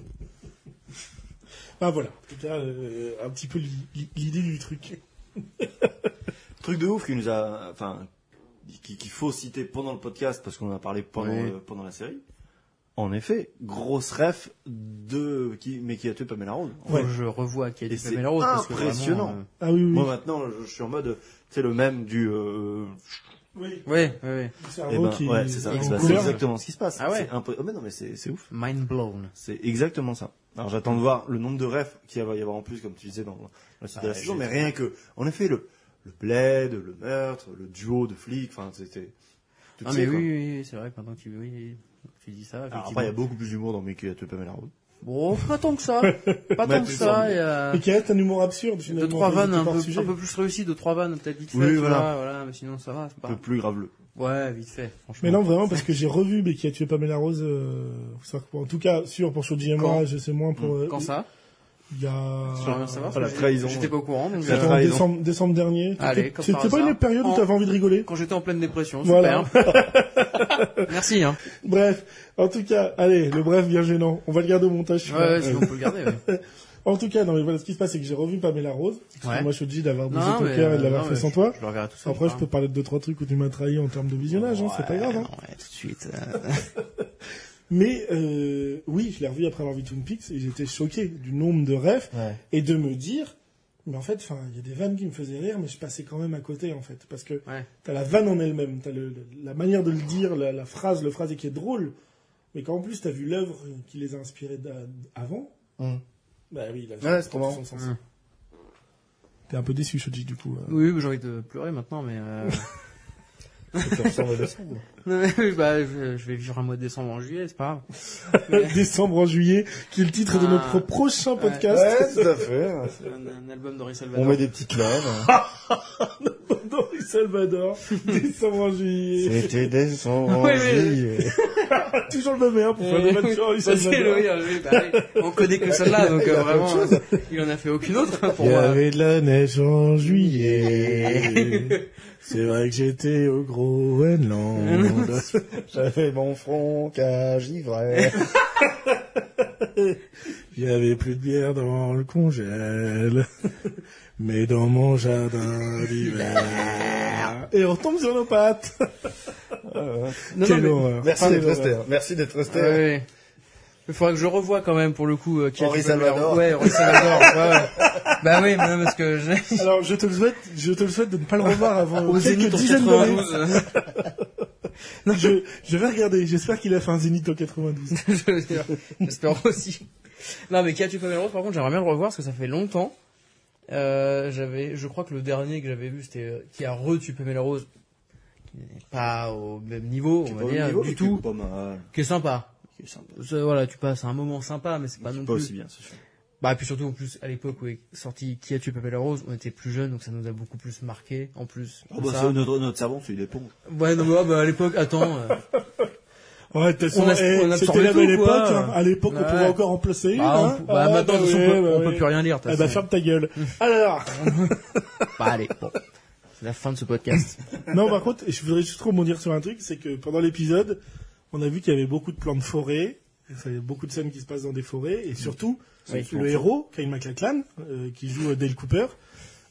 Speaker 2: Ah voilà, en tout cas, euh, un petit peu l'i- l'i- l'idée du truc.
Speaker 4: Truc de ouf qui nous a, enfin, qui- qu'il faut citer pendant le podcast parce qu'on en a parlé pendant
Speaker 3: Oui.
Speaker 4: euh, pendant la série. En effet, grosse ref de qui, mais qui a tué Pamela Rose.
Speaker 2: Ouais.
Speaker 3: Je revois qu'il y a
Speaker 4: Et
Speaker 3: des
Speaker 4: c'est
Speaker 3: Pamela Rose. parce que
Speaker 4: impressionnant.
Speaker 3: vraiment, euh,
Speaker 2: Ah oui, oui.
Speaker 4: Moi maintenant, je, je suis en mode, c'est le même du. euh,
Speaker 2: oui.
Speaker 3: euh, Ouais, ouais, ouais.
Speaker 2: Le
Speaker 4: eh
Speaker 2: cerveau
Speaker 4: ben,
Speaker 2: qui-
Speaker 4: ouais, c'est ça.
Speaker 2: en
Speaker 4: Bah, c'est
Speaker 2: couleur.
Speaker 4: exactement ce qui se passe.
Speaker 3: Ah ouais.
Speaker 4: C'est impré- oh, mais non, mais c'est c'est ouf.
Speaker 3: Mind blown.
Speaker 4: C'est exactement ça. Alors j'attends de voir le nombre de refs qu'il va y avoir en plus, comme tu disais dans la suite de la
Speaker 3: Ah,
Speaker 4: saison,
Speaker 3: j'ai-
Speaker 4: mais rien que, en effet, le, le plaid, le meurtre, le duo de flics, enfin, c'était... tu
Speaker 3: Ah mais
Speaker 4: sais,
Speaker 3: oui,
Speaker 4: quoi. Ah,
Speaker 3: oui, oui, c'est vrai que maintenant que tu, oui, tu dis ça,
Speaker 4: Alors,
Speaker 3: effectivement.
Speaker 4: après, il y a beaucoup plus d'humour dans Mickey à te Pamela Rose.
Speaker 3: Bon, pas tant que ça. Pas
Speaker 4: Ouais,
Speaker 3: tant que
Speaker 4: plus
Speaker 3: ça. euh,
Speaker 4: en-
Speaker 3: Il y a
Speaker 2: Et qui reste un humour absurde, finalement.
Speaker 3: deux, trois
Speaker 2: en fait,
Speaker 3: vannes un
Speaker 2: par
Speaker 3: peu,
Speaker 2: sujet.
Speaker 3: un peu plus réussies, deux, trois vannes peut-être vite fait.
Speaker 4: Oui,
Speaker 3: tu
Speaker 4: voilà.
Speaker 3: vois, voilà. Mais sinon, ça va, c'est
Speaker 4: Un peu
Speaker 3: pas...
Speaker 4: plus graveleux.
Speaker 3: Ouais, vite fait, franchement.
Speaker 2: Mais non, vraiment, parce que j'ai revu mais qui a tué Pamela Rose, euh, faut savoir que- en tout cas, sûr, pour Shoji Amora,
Speaker 3: Quand Mm.
Speaker 2: je sais moins pour... euh,
Speaker 3: Quand ça
Speaker 2: Il y a...
Speaker 3: J'aimerais bien savoir.
Speaker 4: Enfin, Ah, la
Speaker 3: parce que
Speaker 4: trahison.
Speaker 3: J'étais pas au courant, donc...
Speaker 4: La
Speaker 2: C'était
Speaker 3: euh,
Speaker 2: en
Speaker 4: trahison.
Speaker 2: décembre, décembre dernier.
Speaker 3: Allez,
Speaker 2: C'était-
Speaker 3: comme par
Speaker 2: C'était pas
Speaker 3: hasard.
Speaker 2: une période où
Speaker 3: En-
Speaker 2: t'avais envie de rigoler.
Speaker 3: Quand j'étais en pleine dépression,
Speaker 2: Voilà.
Speaker 3: super.
Speaker 2: (laughs)
Speaker 3: Merci, hein.
Speaker 2: Bref, en tout cas, allez, le bref bien gênant. On va le garder au montage. je
Speaker 3: Ouais,
Speaker 2: crois.
Speaker 3: ouais, sinon on peut le garder, ouais.
Speaker 2: En tout cas, non, mais voilà, ce qui se passe, c'est que j'ai revu Pamela Rose.
Speaker 3: Ouais.
Speaker 2: Moi, Shoji, d'avoir brisé
Speaker 3: Non,
Speaker 2: ton
Speaker 3: mais,
Speaker 2: cœur et de
Speaker 3: euh,
Speaker 2: l'avoir
Speaker 3: non,
Speaker 2: fait
Speaker 3: mais
Speaker 2: sans
Speaker 3: je-
Speaker 2: toi.
Speaker 3: Je le regarderai tout seul.
Speaker 2: Après, je
Speaker 3: hein.
Speaker 2: peux parler de deux, trois trucs où tu m'as trahi en termes de visionnage, hein, c'est pas
Speaker 3: Ouais,
Speaker 2: grave. Hein.
Speaker 3: Ouais, tout de suite. euh,
Speaker 2: Mais euh, oui, je l'ai revu après avoir vu Twin Peaks et j'étais choqué du nombre de refs et de me dire, mais en fait, enfin, il y a des vannes qui me faisaient rire, mais je passais quand même à côté en fait, parce que
Speaker 3: Ouais.
Speaker 2: t'as la vanne en elle-même, t'as le, le- la manière de le dire, la, la phrase, le phrasé qui est drôle, mais qu'en plus t'as vu l'œuvre qui les a inspirés d'a- avant.
Speaker 4: Mm.
Speaker 2: Bah oui, là,
Speaker 4: Ouais, c'est trop marrant.
Speaker 2: son sens.
Speaker 3: Mm.
Speaker 2: T'es un peu déçu, Shoji, du coup. euh.
Speaker 3: Oui, mais j'ai envie de pleurer maintenant, mais. euh, (laughs)
Speaker 4: Ça ressemble à décembre.
Speaker 2: (laughs)
Speaker 3: non, mais oui, bah, je, je vais vivre un mois de décembre en juillet, c'est pas grave.
Speaker 2: Décembre en juillet, qui est le titre de
Speaker 3: Ah.
Speaker 2: notre prochain
Speaker 3: Ouais.
Speaker 2: podcast. (laughs)
Speaker 4: Ouais, tout à fait.
Speaker 3: Un, un album d'Henri
Speaker 4: On
Speaker 3: Salvador.
Speaker 4: met des petites
Speaker 2: hein.
Speaker 4: larmes.
Speaker 2: Doris
Speaker 3: (laughs)
Speaker 2: Salvador, décembre en juillet.
Speaker 4: C'était décembre.
Speaker 3: Ouais, ouais.
Speaker 4: juillet.
Speaker 2: Toujours le même, hein, pour faire
Speaker 3: Oui,
Speaker 2: le même
Speaker 3: oui.
Speaker 2: genre,
Speaker 3: (laughs)
Speaker 2: il
Speaker 3: Ça,
Speaker 2: s'en
Speaker 3: c'est
Speaker 2: va bien.
Speaker 3: le- oui, bah, oui, on connaît que celle-là, donc euh, vraiment, euh, il en a fait aucune autre hein, pour
Speaker 2: Il y
Speaker 3: moi.
Speaker 2: avait de la neige en juillet. C'est vrai que j'étais au Groenland.
Speaker 4: J'avais mon front qu'à givrer.
Speaker 2: Il y avait plus de bière dans le congèle. Mais dans mon jardin d'hiver. Et on tombe sur nos pattes.
Speaker 3: (laughs) Non, non,
Speaker 2: Quelle
Speaker 3: mais-
Speaker 2: horreur.
Speaker 4: Merci
Speaker 2: Quelle
Speaker 4: d'être
Speaker 2: horreur.
Speaker 4: resté. hein. Merci d'être resté.
Speaker 3: Ouais, ouais. Il faudrait que je revoie quand même pour le coup. euh, qui a
Speaker 4: Henri
Speaker 3: fait le meilleur-
Speaker 4: Salvador.
Speaker 3: Ouais, Henri Salvador. ouais, ouais. Bah oui, mais non, parce que j'ai.
Speaker 2: Alors, je te le souhaite, je te le souhaite de ne pas
Speaker 3: (laughs)
Speaker 2: le revoir avant
Speaker 3: Au
Speaker 2: quelques
Speaker 3: Zénith en
Speaker 2: dizaines d'années.
Speaker 3: 92. euh,
Speaker 2: Je, je vais regarder, j'espère qu'il a fait un Zénith en
Speaker 3: (laughs)
Speaker 2: 92.
Speaker 3: euh, J'espère j'espère aussi. Non, mais Kia Tucomero, par contre, j'aimerais bien le revoir parce que ça fait longtemps. Euh, j'avais, je crois que le dernier que j'avais vu, c'était euh, qui a re Rose, qui n'est pas au même niveau, on va
Speaker 4: Pas au
Speaker 3: dire,
Speaker 4: niveau,
Speaker 3: du
Speaker 4: mais
Speaker 3: tout,
Speaker 4: Pas mal. hein.
Speaker 3: qui est sympa.
Speaker 4: Qui est sympa.
Speaker 3: Ça, voilà, tu passes un moment sympa, mais c'est pas non
Speaker 4: Pas
Speaker 3: plus.
Speaker 4: aussi bien, c'est sûr.
Speaker 3: Bah, et puis surtout, en plus, à l'époque où est sorti Qui a tué Pamela Rose, on était plus jeunes, donc ça nous a beaucoup plus marqué, en plus.
Speaker 2: Ah,
Speaker 4: Oh,
Speaker 3: de
Speaker 4: bah,
Speaker 3: ça.
Speaker 4: c'est notre, notre cerveau, c'est une éponge.
Speaker 3: Ouais, non, bah, bah, à l'époque, attends,
Speaker 2: (laughs)
Speaker 3: euh,
Speaker 2: Ouais, de toute façon,
Speaker 3: On a-
Speaker 2: eh,
Speaker 3: on a
Speaker 2: c'était
Speaker 3: absorbé
Speaker 2: la
Speaker 3: tout,
Speaker 2: belle époque.
Speaker 3: quoi.
Speaker 2: hein. À l'époque, on
Speaker 3: Ouais.
Speaker 2: pouvait encore en placer une.
Speaker 3: bah,
Speaker 2: hein.
Speaker 3: on- bah,
Speaker 2: Ah,
Speaker 3: maintenant, de toute façon,
Speaker 2: oui,
Speaker 3: on peut- on
Speaker 2: bah
Speaker 3: peut
Speaker 2: oui.
Speaker 3: plus rien Mm. lire, de toute
Speaker 2: Eh bah,
Speaker 3: façon.
Speaker 2: ferme ta gueule. Alors,
Speaker 3: Bah allez, bon. C'est la fin de ce
Speaker 2: (laughs)
Speaker 3: podcast.
Speaker 2: non, par contre, je voudrais juste rebondir sur un truc, c'est que pendant l'épisode, on a vu qu'il y avait beaucoup de plans de forêt, il y a beaucoup de scènes qui se passent dans des forêts, et surtout,
Speaker 3: Oui,
Speaker 2: le
Speaker 3: oui.
Speaker 2: héros, Kyle MacLachlan, euh, qui joue euh, Dale Cooper,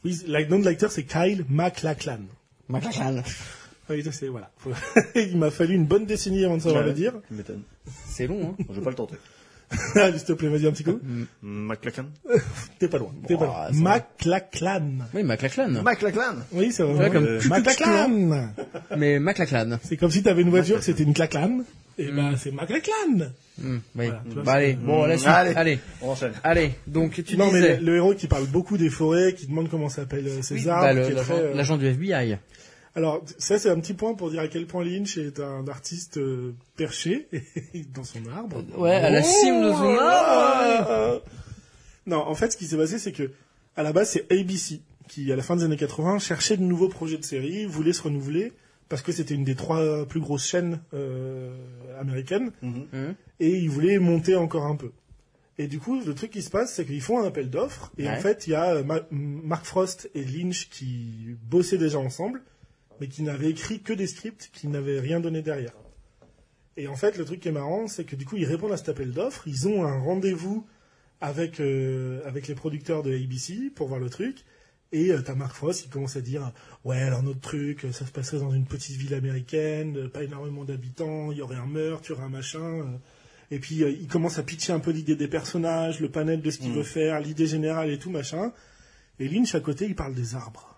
Speaker 2: oui, le nom de l'acteur, c'est Kyle MacLachlan. Oui, je sais, voilà. (laughs) Faut- il m'a fallu une bonne décennie avant de savoir
Speaker 4: Ouais.
Speaker 2: le dire. (laughs)
Speaker 4: Tu m'étonnes.
Speaker 3: C'est long, hein
Speaker 4: Je vais pas le tenter.
Speaker 2: Allez, s'il te plaît, vas-y un petit coup.
Speaker 4: McLachlan.
Speaker 2: T'es pas loin, t'es
Speaker 3: Oh,
Speaker 2: pas loin.
Speaker 3: Mm. ça va.
Speaker 2: MacLachlan.
Speaker 3: Oui, McLachlan.
Speaker 4: McLachlan
Speaker 2: Oui, c'est
Speaker 3: Ouais,
Speaker 2: vrai.
Speaker 3: comme
Speaker 2: Euh,
Speaker 3: tu-
Speaker 2: MacLachlan.
Speaker 3: mais McLachlan.
Speaker 2: C'est comme si t'avais une voiture, c'était une claclane. Et ben,
Speaker 3: Mm.
Speaker 2: c'est MacLachlan.
Speaker 3: Hmm, oui.
Speaker 2: Voilà, tu vois, Hmm,
Speaker 3: bah, allez, bon, la suite.
Speaker 4: Allez.
Speaker 3: Allez. allez,
Speaker 4: On (laughs) enchaîne.
Speaker 3: Donc tu
Speaker 2: non, mais
Speaker 3: disais...
Speaker 2: le, le héros qui parle beaucoup des forêts, qui demande comment s'appellent euh, ces
Speaker 3: Oui,
Speaker 2: arbres,
Speaker 3: bah, le-
Speaker 2: qui est
Speaker 3: l'agent-
Speaker 2: très, euh,
Speaker 3: l'agent du FBI.
Speaker 2: Alors, ça, c'est un petit point pour dire à quel point Lynch est un artiste euh, perché (laughs) dans son arbre.
Speaker 3: Euh, Ouais, à la cime de son arbre.
Speaker 2: Euh, Non, en fait, ce qui s'est passé, c'est que, à la base, c'est ABC qui, à la fin des années 80, cherchait de nouveaux projets de série, voulait se renouveler, parce que c'était une des trois plus grosses chaînes euh, américaines,
Speaker 3: Mhm.
Speaker 2: et ils voulaient monter encore un peu. Et du coup, le truc qui se passe, c'est qu'ils font un appel d'offres, et en
Speaker 3: Ouais.
Speaker 2: fait, il y a euh, Ma- Mark Frost et Lynch qui bossaient déjà ensemble, mais qui n'avaient écrit que des scripts, qui n'avaient rien donné derrière. Et en fait, le truc qui est marrant, c'est que du coup, ils répondent à cet appel d'offres, ils ont un rendez-vous avec, euh, avec les producteurs de ABC pour voir le truc. Et euh, t'as Mark Frost qui commence à dire ouais alors notre truc euh, ça se passerait dans une petite ville américaine, euh, pas énormément d'habitants, il y aurait un meurtre, il y aurait un machin. euh. Et puis euh, il commence à pitcher un peu l'idée des personnages, le panel de ce qu'il
Speaker 4: Mhm.
Speaker 2: veut faire, l'idée générale et tout machin. Et Lynch à côté il parle des arbres.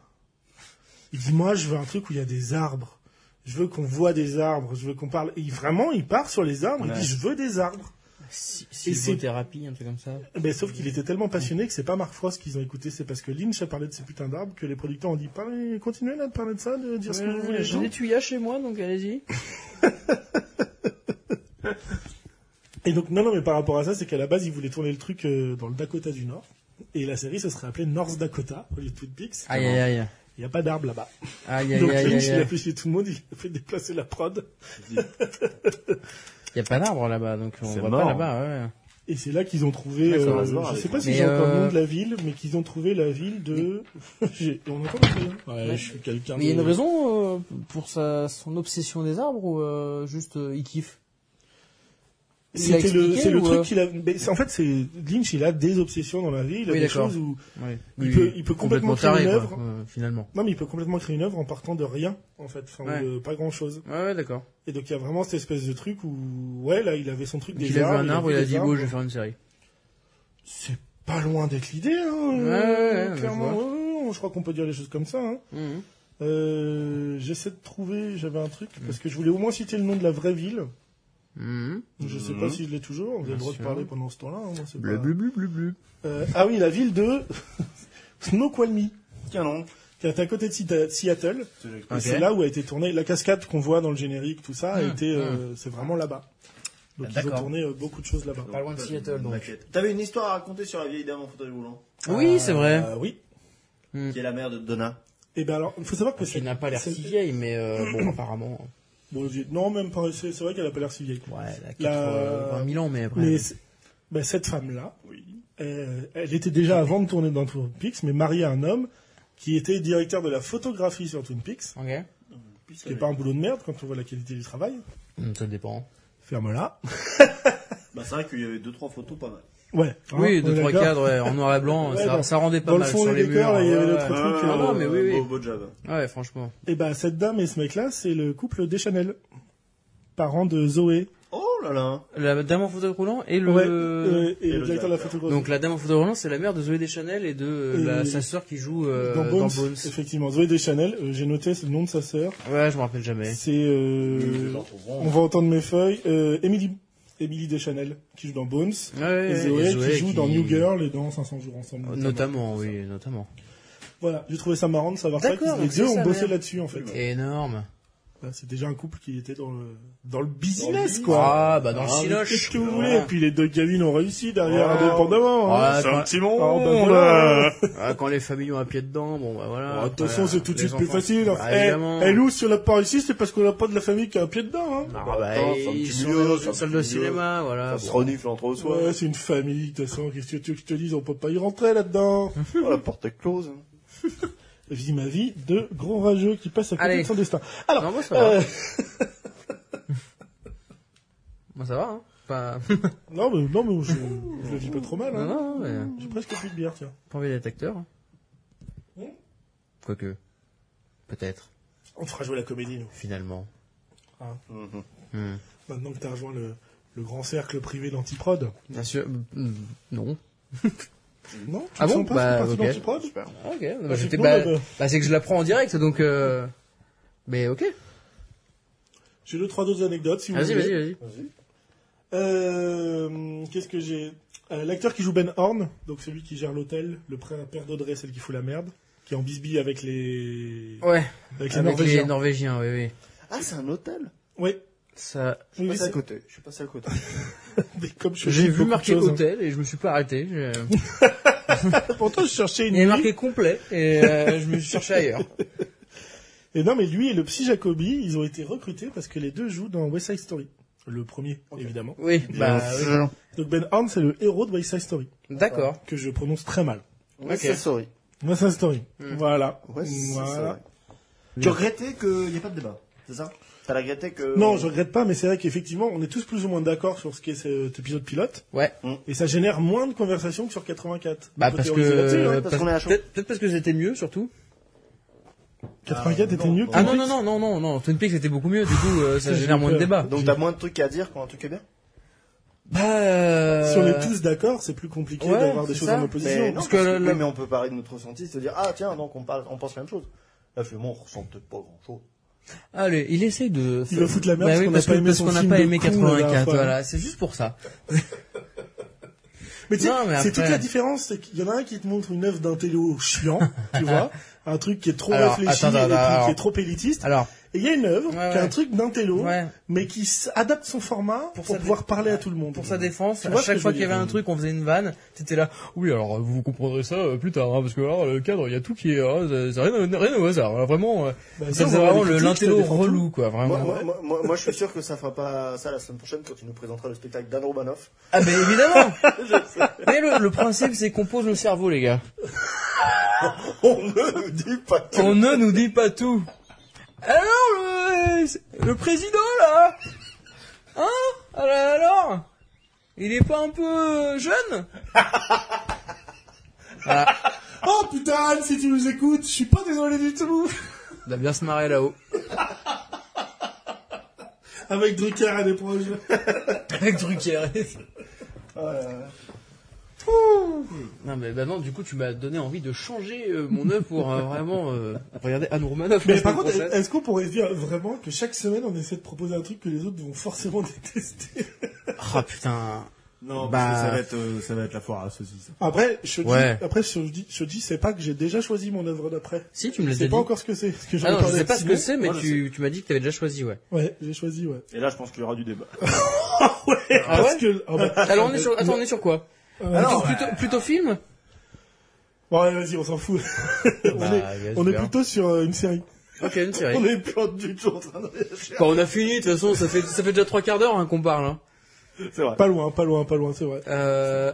Speaker 2: Il dit moi je veux un truc où il y a des arbres. Je veux qu'on voit des arbres, je veux qu'on parle. Et il- vraiment, il part sur les arbres, il
Speaker 4: Ouais.
Speaker 2: dit je veux des arbres.
Speaker 3: Si-
Speaker 2: Et
Speaker 3: Sylvothérapie, un truc comme ça.
Speaker 2: Ben, sauf qu'il était tellement passionné que c'est pas Mark Frost qu'ils ont écouté, c'est parce que Lynch a parlé de ces putains d'arbres que les producteurs ont dit Parlez- continuez là de parler de ça, de dire ce que vous voulez.
Speaker 3: J'ai des tuyas chez moi, donc allez-y.
Speaker 2: Et donc, non, non, mais par rapport à ça, c'est qu'à la base, ils voulaient tourner le truc euh, dans le Dakota du Nord. Et la série, se serait appelée North Dakota au lieu de Twin Peaks.
Speaker 3: Aïe, aïe, aïe.
Speaker 2: Il n'y a pas d'arbres là-bas.
Speaker 3: Aïe, aïe,
Speaker 2: Donc
Speaker 3: aïe,
Speaker 2: Lynch,
Speaker 3: aïe,
Speaker 2: il a
Speaker 3: aïe.
Speaker 2: fait chier tout le monde, il a fait déplacer la prod.
Speaker 3: Il y a pas d'arbre là-bas, donc on
Speaker 4: C'est
Speaker 3: voit
Speaker 4: mort.
Speaker 3: pas là-bas, ouais.
Speaker 2: Et c'est là qu'ils ont trouvé.
Speaker 4: Ouais, ça va
Speaker 2: euh,
Speaker 4: se voir,
Speaker 2: je sais
Speaker 4: avec-
Speaker 2: pas si
Speaker 3: Mais,
Speaker 2: j'ai encore le nom
Speaker 3: euh,
Speaker 2: de la ville, mais qu'ils ont trouvé la
Speaker 3: (laughs)
Speaker 2: ville de. J'ai- on entend le Ouais,
Speaker 3: Ouais.
Speaker 2: je suis quelqu'un.
Speaker 3: Mais il y a une
Speaker 2: de-
Speaker 3: raison euh, pour sa, son obsession des arbres ou euh, juste euh, il kiffe Il l'a
Speaker 2: C'était le,
Speaker 3: expliqué
Speaker 2: c'est le
Speaker 3: ou,
Speaker 2: truc
Speaker 3: euh,
Speaker 2: qu'il a. mais c'est- En fait, c'est Lynch, il a des obsessions dans la vie, il a
Speaker 3: Oui,
Speaker 2: des
Speaker 3: d'accord.
Speaker 2: choses où.
Speaker 3: ouais.
Speaker 2: Il
Speaker 3: Oui,
Speaker 2: peut- il peut complètement créer
Speaker 3: taré,
Speaker 2: une
Speaker 3: quoi,
Speaker 2: œuvre.
Speaker 3: euh, finalement.
Speaker 2: Non, mais il peut complètement créer une œuvre en partant de rien, en fait, enfin,
Speaker 3: Ouais.
Speaker 2: de pas grand chose.
Speaker 3: Ouais, ouais, d'accord.
Speaker 2: Et donc il y a vraiment cette espèce de truc où, ouais, là, il avait son truc
Speaker 3: Donc,
Speaker 2: des
Speaker 3: il a vu
Speaker 2: arbres,
Speaker 3: un arbre, il a
Speaker 2: des
Speaker 3: dit,
Speaker 2: arbres.
Speaker 3: bon, je vais faire une série.
Speaker 2: C'est pas loin d'être l'idée, hein.
Speaker 3: Ouais,
Speaker 2: euh,
Speaker 3: ouais, ouais,
Speaker 2: clairement,
Speaker 3: je vois.
Speaker 2: ouais, ouais, je crois qu'on peut dire les choses comme ça. Hein.
Speaker 3: Mmh.
Speaker 2: Euh, J'essaie de trouver, j'avais un truc, parce que je voulais au moins citer le nom de la vraie ville.
Speaker 3: Mhm.
Speaker 2: Je sais
Speaker 4: Mhm.
Speaker 2: pas si je l'ai toujours, vous avez
Speaker 3: Bien
Speaker 2: le droit de
Speaker 3: sûr.
Speaker 2: parler pendant ce temps-là. hein, moi, c'est pas-
Speaker 3: Blublublublu.
Speaker 2: Euh, ah oui, la ville de (laughs) Snoqualmie,
Speaker 4: Tiens, non.
Speaker 2: qui est à côté de Sita- Seattle. Et
Speaker 3: Ok.
Speaker 2: C'est là où a été tournée la cascade qu'on voit dans le générique, tout ça, a
Speaker 3: Hmm,
Speaker 2: été, euh, c'est vraiment là-bas. Donc
Speaker 3: Ah,
Speaker 2: ils ont
Speaker 3: d'accord. Ah
Speaker 2: tourné euh, beaucoup de choses là-bas.
Speaker 3: Pas loin de Seattle, donc.
Speaker 4: T'avais une histoire à raconter sur la vieille dame en fauteuil roulant,
Speaker 3: Oui,
Speaker 2: Euh,
Speaker 3: c'est vrai.
Speaker 2: euh, oui.
Speaker 4: qui est la mère de Donna.
Speaker 2: Et ben alors, il faut savoir que
Speaker 3: Parce
Speaker 2: c'est.
Speaker 3: qu'il n'a Ah, pas l'air
Speaker 2: c'est-
Speaker 3: si vieille, mais euh, bon, apparemment.
Speaker 2: bon, j'ai- non, même pas. C'est c'est vrai qu'elle a pas l'air si vieille.
Speaker 3: Ouais, elle a
Speaker 2: La-
Speaker 3: 80 000 ans, mais après.
Speaker 2: Mais c'est- ben, cette femme-là, euh, elle était déjà avant de tourner dans Twin Peaks, mais mariée à un homme qui était directeur de la photographie sur Twin Peaks,
Speaker 3: Ok.
Speaker 2: ce qui n'est pas un boulot de merde quand on voit la qualité du travail.
Speaker 3: Hmm, Ça dépend.
Speaker 2: Ferme-la.
Speaker 4: Bah, c'est vrai qu'il y avait deux, trois photos pas mal.
Speaker 2: Ouais. hein,
Speaker 3: oui,
Speaker 2: on
Speaker 3: deux,
Speaker 2: est
Speaker 3: trois
Speaker 2: d'accord.
Speaker 3: cadres ouais, en noir et blanc,
Speaker 2: Ouais,
Speaker 3: ça,
Speaker 2: bon.
Speaker 3: ça rendait pas
Speaker 2: Dans le
Speaker 3: mal
Speaker 2: fond
Speaker 3: sur
Speaker 2: des
Speaker 3: les
Speaker 2: décors,
Speaker 3: murs.
Speaker 2: il y avait
Speaker 3: ouais,
Speaker 2: notre
Speaker 3: ouais.
Speaker 2: truc,
Speaker 3: Ah, non,
Speaker 2: euh,
Speaker 3: mais oui, oui.
Speaker 4: Beau, beau job.
Speaker 3: Ouais,
Speaker 2: Eh
Speaker 3: franchement.
Speaker 2: Et ben cette dame et ce mec-là, c'est le couple Deschanel, parents de Zoé.
Speaker 4: Oh Oh là là.
Speaker 3: La dame en fauteuil roulant et le.
Speaker 2: Ouais, euh, et,
Speaker 4: et
Speaker 2: le directeur de la
Speaker 4: le directeur.
Speaker 2: photographie.
Speaker 3: Donc la dame en fauteuil roulant, c'est la mère de Zoé Deschanel et de euh,
Speaker 2: Et-
Speaker 3: la- sa sœur qui joue euh,
Speaker 2: dans, Bones,
Speaker 3: dans Bones.
Speaker 2: effectivement. Zoé Deschanel, euh, j'ai noté c'est le nom de sa sœur.
Speaker 3: Ouais, je me rappelle jamais.
Speaker 2: C'est euh,
Speaker 4: Les gens trouveront.
Speaker 2: on va entendre mes feuilles. Euh, Emily, Emily Deschanel qui joue dans Bones.
Speaker 3: Ouais,
Speaker 2: Et
Speaker 3: ouais,
Speaker 2: Zoé,
Speaker 3: et Oh,
Speaker 2: qui joue dans New Girl et dans 500 jours ensemble.
Speaker 3: Notamment, oui, notamment.
Speaker 2: Voilà, j'ai trouvé ça marrant de savoir ça.
Speaker 3: D'accord,
Speaker 2: qu'ils-
Speaker 3: donc
Speaker 2: Les deux
Speaker 3: c'est
Speaker 2: ont
Speaker 3: ça,
Speaker 2: bossé
Speaker 3: merde.
Speaker 2: là-dessus en fait.
Speaker 3: Énorme.
Speaker 2: Là, C'est déjà un couple qui était dans le dans le business
Speaker 4: business.
Speaker 2: quoi.
Speaker 3: Ah, bah dans le
Speaker 2: Ah, mais
Speaker 3: siloche.
Speaker 2: qu'est-ce que vous
Speaker 3: Voilà.
Speaker 2: voulez Et puis les deux gamines ont réussi derrière,
Speaker 4: Oh.
Speaker 2: indépendamment. hein.
Speaker 3: Ouais,
Speaker 4: C'est un
Speaker 3: quand-
Speaker 4: petit
Speaker 2: Ah,
Speaker 4: monde.
Speaker 2: ben voilà.
Speaker 4: euh.
Speaker 3: Ah, quand les familles ont un pied dedans, bon bah voilà.
Speaker 2: Bon, attention,
Speaker 3: Voilà.
Speaker 2: c'est tout de
Speaker 3: Les
Speaker 2: suite plus
Speaker 3: enfants-
Speaker 2: facile.
Speaker 3: Bah,
Speaker 2: Eh,
Speaker 3: évidemment.
Speaker 2: eh, nous, si on l'a pas réussi, c'est parce qu'on n'a pas de la famille qui a un pied dedans. Hein.
Speaker 3: Ah,
Speaker 4: Bah,
Speaker 3: bah,
Speaker 4: attends, c'est un
Speaker 3: ils
Speaker 4: petit
Speaker 3: sont
Speaker 4: milieu,
Speaker 3: dans
Speaker 4: c'est
Speaker 3: une salle
Speaker 4: un petit
Speaker 3: de
Speaker 4: milieu.
Speaker 3: cinéma, voilà.
Speaker 4: Ça se
Speaker 3: Ah, Bon.
Speaker 4: renifle entre
Speaker 3: Bah,
Speaker 4: soi.
Speaker 2: Ouais, c'est une famille, de toute façon, qu'est-ce que tu veux que je te dise, on peut pas y rentrer là-dedans.
Speaker 4: Oh, la porte est close.
Speaker 2: Vis ma vie de gros rageux qui passe à côté
Speaker 3: Allez.
Speaker 2: de son destin. Alors,
Speaker 3: Non, moi ça va.
Speaker 2: euh,
Speaker 3: (laughs) Moi ça va, hein. Pas...
Speaker 2: non, mais, non, mais je,
Speaker 3: (laughs)
Speaker 2: je le vis pas trop mal.
Speaker 3: non,
Speaker 2: Hein.
Speaker 3: non, mais euh,
Speaker 2: J'ai presque plus de bière, tiens.
Speaker 3: pas envie d'être acteur. hein. Quoique. Peut-être,
Speaker 2: On te fera jouer la comédie, nous.
Speaker 3: finalement.
Speaker 4: Mhm.
Speaker 3: Hmm.
Speaker 2: Maintenant que t'as rejoint le, le grand cercle privé d'antiprod.
Speaker 3: Bien sûr. mm, Non.
Speaker 2: Non tu
Speaker 3: Ah
Speaker 2: te
Speaker 3: bon
Speaker 2: sens pas,
Speaker 3: Bah,
Speaker 2: c'est parti
Speaker 3: ok.
Speaker 2: d'antiprod
Speaker 4: Super.
Speaker 3: Ok. Bah,
Speaker 2: Bah,
Speaker 3: j'étais-
Speaker 2: c'est bon,
Speaker 3: bah,
Speaker 2: là-bas.
Speaker 3: bah, c'est que je la prends en direct, donc. Euh... Mais ok.
Speaker 2: J'ai deux, trois autres anecdotes, si vous
Speaker 3: Vas-y,
Speaker 2: voulez.
Speaker 3: vas-y, vas-y.
Speaker 2: Euh, qu'est-ce que j'ai Euh, L'acteur qui joue Ben Horn, donc celui qui gère l'hôtel, le pr- père d'Audrey, celle qui fout la merde, qui est en bisbille avec les
Speaker 3: Ouais.
Speaker 2: avec les
Speaker 3: Avec
Speaker 2: Norvégiens.
Speaker 3: les Norvégiens, oui, oui.
Speaker 4: Ah, c'est un hôtel.
Speaker 2: Ouais.
Speaker 3: Ça,
Speaker 4: Je suis
Speaker 2: Oui,
Speaker 4: passé à
Speaker 2: c'est-
Speaker 4: côté. Ah, Je suis passé à côté.
Speaker 2: mais comme je
Speaker 3: J'ai
Speaker 2: dis
Speaker 3: vu
Speaker 2: beaucoup de
Speaker 3: marqué
Speaker 2: choses, hein.
Speaker 3: hôtel et je me suis pas arrêté. j'ai-
Speaker 2: Pourtant, je cherchais une
Speaker 3: Il y avait
Speaker 2: nuit.
Speaker 3: marqué complet et euh, je me suis cherché ailleurs.
Speaker 2: Et non, mais lui et le psy Jacobi, ils ont été recrutés parce que les deux jouent dans West Side Story. Le premier, évidemment.
Speaker 3: Oui, bah
Speaker 4: Ah
Speaker 3: oui.
Speaker 2: Donc Ben Horn, c'est le héros de West Side Story,
Speaker 3: D'accord.
Speaker 2: que je prononce très mal.
Speaker 4: Ouais, c'est sorry.
Speaker 2: West Side Story.
Speaker 3: Mm.
Speaker 2: Voilà.
Speaker 4: Ouais, c'est
Speaker 2: Voilà.
Speaker 4: sorry. Tu regrettais qu'il n'y ait pas de débat, c'est ça T'as regretté que.
Speaker 2: Non, je regrette pas, mais c'est vrai qu'effectivement, on est tous plus ou moins d'accord sur ce qu'est cet épisode pilote.
Speaker 3: Ouais.
Speaker 4: Mm.
Speaker 2: Et ça génère moins de conversations que sur 84.
Speaker 3: Bah
Speaker 2: On peut
Speaker 3: parce
Speaker 2: théoriser là-dessus,
Speaker 3: que
Speaker 2: hein.
Speaker 4: ouais, parce qu'on est à chaud.
Speaker 3: peut-être peut-être parce que c'était mieux surtout.
Speaker 2: 84
Speaker 4: Ah,
Speaker 2: était
Speaker 4: non,
Speaker 2: mieux que
Speaker 4: non.
Speaker 3: Ah non
Speaker 2: Twin
Speaker 3: non
Speaker 2: Peaks.
Speaker 3: non non non non Twin Peaks c'était beaucoup mieux du coup euh, (laughs) ça
Speaker 2: J'ai
Speaker 3: génère
Speaker 2: eu
Speaker 3: moins de
Speaker 2: peur.
Speaker 3: débats.
Speaker 4: Donc t'as moins de trucs à dire quand un truc est bien
Speaker 3: Bah euh...
Speaker 2: Ah, Si on est tous d'accord, c'est plus compliqué
Speaker 3: ouais,
Speaker 2: d'avoir des
Speaker 3: c'est
Speaker 2: choses
Speaker 3: ça.
Speaker 2: en opposition.
Speaker 4: mais, non,
Speaker 3: parce
Speaker 4: parce
Speaker 3: que
Speaker 4: que
Speaker 3: le- le-
Speaker 4: oui, mais on peut parler de notre ressenti, se dire ah tiens donc on parle, on pense la même chose. Là finalement on ressent peut-être pas grand chose.
Speaker 3: Allez, il essaye de
Speaker 2: Il va foutre la merde
Speaker 3: Bah
Speaker 2: parce
Speaker 3: oui,
Speaker 2: qu'on a
Speaker 3: parce
Speaker 2: pas
Speaker 3: que-
Speaker 2: aimé
Speaker 3: parce
Speaker 2: son
Speaker 3: qu'on a
Speaker 2: film
Speaker 3: pas
Speaker 2: de
Speaker 3: aimé
Speaker 2: con, la dernière
Speaker 3: 84
Speaker 2: fois.
Speaker 3: voilà, c'est juste pour ça.
Speaker 2: Mais tu sais,
Speaker 3: Non, mais
Speaker 2: c'est
Speaker 3: après-
Speaker 2: toute la différence, c'est qu'il y en a un qui te montre une œuvre d'un télo
Speaker 3: (laughs)
Speaker 2: chiant, tu vois, un truc qui est trop
Speaker 3: Alors,
Speaker 2: réfléchi
Speaker 3: attends, attends,
Speaker 2: et puis
Speaker 3: alors.
Speaker 2: qui est trop élitiste.
Speaker 3: Alors
Speaker 2: Et il y a une œuvre
Speaker 3: Ouais,
Speaker 2: qui est un
Speaker 3: ouais.
Speaker 2: truc d'un télo,
Speaker 3: ouais,
Speaker 2: mais qui s- adapte son format pour,
Speaker 3: Pour sa dé-
Speaker 2: pouvoir parler à tout le monde.
Speaker 3: pour sa défense,
Speaker 2: Tu
Speaker 3: à
Speaker 2: vois ce
Speaker 3: chaque
Speaker 2: que je
Speaker 3: fois
Speaker 2: veux
Speaker 3: qu'il y avait
Speaker 2: dire
Speaker 3: un truc, on faisait une vanne, t'étais là, oui, alors euh, vous comprendrez ça euh, plus tard, hein, parce que alors, le cadre, il y a tout qui est, hein, c'est- c'est rien, rien au hasard, hein, vraiment, euh,
Speaker 2: Bah,
Speaker 3: ça
Speaker 2: on
Speaker 3: faisait
Speaker 2: va
Speaker 3: vraiment
Speaker 2: aller
Speaker 3: le-
Speaker 2: tout de suite, je
Speaker 3: l'intello
Speaker 2: te défends tout. (laughs)
Speaker 3: relou, quoi, vraiment.
Speaker 4: Moi, moi, moi, moi, moi, je suis sûr que ça fera pas ça la semaine prochaine quand tu nous présenteras le spectacle d'Anne Romanoff.
Speaker 3: Ah, ben
Speaker 4: (laughs)
Speaker 3: évidemment! Mais le, le principe, c'est qu'on pose le cerveau, les gars.
Speaker 4: On ne dit pas tout.
Speaker 3: On ne nous dit pas tout. Alors, Ah le, le président, là! Hein? Alors, alors? Il est pas un peu euh, jeune?
Speaker 2: Oh putain, Anne, si tu nous écoutes, je suis pas désolé du tout.
Speaker 3: On a bien se marrer là-haut.
Speaker 2: (laughs) Avec Drucker et des proches.
Speaker 3: (laughs) Avec Drucker. Non mais bah non, du coup tu m'as donné envie de changer euh, mon œuvre pour euh, vraiment euh, regarder Anne Romanoff. la
Speaker 2: Mais par
Speaker 3: semaine
Speaker 2: contre,
Speaker 3: prochaine.
Speaker 2: est-ce qu'on pourrait se dire vraiment que chaque semaine on essaie de proposer un truc que les autres vont forcément (laughs) détester
Speaker 3: ah putain.
Speaker 4: Non,
Speaker 3: parce Bah. que ça va
Speaker 4: être, ça va être la foire à saucisse.
Speaker 2: Après, je dis,
Speaker 3: Ouais.
Speaker 2: après, je dis, je dis, c'est pas que j'ai déjà choisi mon œuvre d'après.
Speaker 3: Si tu me
Speaker 2: Je
Speaker 3: l'as
Speaker 2: sais
Speaker 3: déjà
Speaker 2: pas
Speaker 3: dit.
Speaker 2: encore ce que c'est. parce que j'en ai
Speaker 3: Ah non, je
Speaker 2: parlé
Speaker 3: sais
Speaker 2: avec
Speaker 3: pas ce
Speaker 2: Simon.
Speaker 3: que c'est, mais
Speaker 4: Moi, je
Speaker 3: tu, tu m'as dit que t'avais déjà choisi, ouais.
Speaker 2: Ouais, j'ai choisi, ouais.
Speaker 4: Et là je pense qu'il y aura du débat. (laughs)
Speaker 3: Ah
Speaker 2: Parce
Speaker 3: ouais
Speaker 2: que, ah bah,
Speaker 3: Alors on est sur, attends, on est sur quoi
Speaker 2: euh,
Speaker 3: plutôt, plutôt, plutôt film
Speaker 2: bon, allez, vas-y, on s'en fout. on est, on est plutôt sur euh, une série.
Speaker 3: Bah, Ok, une
Speaker 2: (laughs)
Speaker 3: série.
Speaker 4: On est plante du tout en train de réagir.
Speaker 3: Bah, on a fini, de toute façon, ça fait, ça fait déjà trois quarts d'heure hein, qu'on parle. Hein.
Speaker 4: C'est vrai.
Speaker 2: Pas loin, pas loin, pas loin, c'est vrai.
Speaker 3: Euh,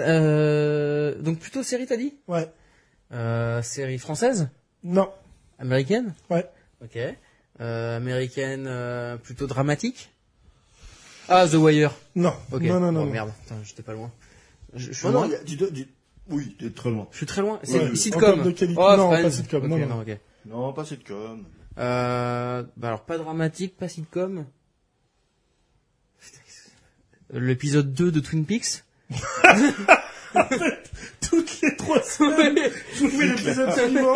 Speaker 3: euh, donc plutôt série, t'as dit
Speaker 2: Ouais.
Speaker 3: euh, Série française
Speaker 2: Non.
Speaker 3: Américaine
Speaker 2: Ouais.
Speaker 3: Ok. Euh, américaine euh, plutôt dramatique Ah, The Wire.
Speaker 2: Non.
Speaker 3: Ok.
Speaker 2: Non, non, non.
Speaker 3: Bon,
Speaker 2: non.
Speaker 3: merde, Putain, j'étais pas loin. Je, je suis
Speaker 4: Ah Non, non,
Speaker 3: loin.
Speaker 4: il y a du, du- oui, t'es très loin.
Speaker 3: Je suis très loin. C'est
Speaker 2: Ouais.
Speaker 3: une
Speaker 2: En
Speaker 3: sitcom.
Speaker 2: termes de qualité-
Speaker 3: Oh,
Speaker 2: non, pas
Speaker 3: Friends.
Speaker 2: sitcom,
Speaker 3: Ok,
Speaker 2: non, non.
Speaker 3: ok.
Speaker 4: Non, pas sitcom.
Speaker 3: Euh, bah alors pas dramatique, pas sitcom. Putain. l'épisode 2 de Twin Peaks.
Speaker 2: (laughs) Toutes les trois semaines,
Speaker 3: Ouais.
Speaker 2: je vous
Speaker 3: (laughs)
Speaker 2: fais l'épisode suivant.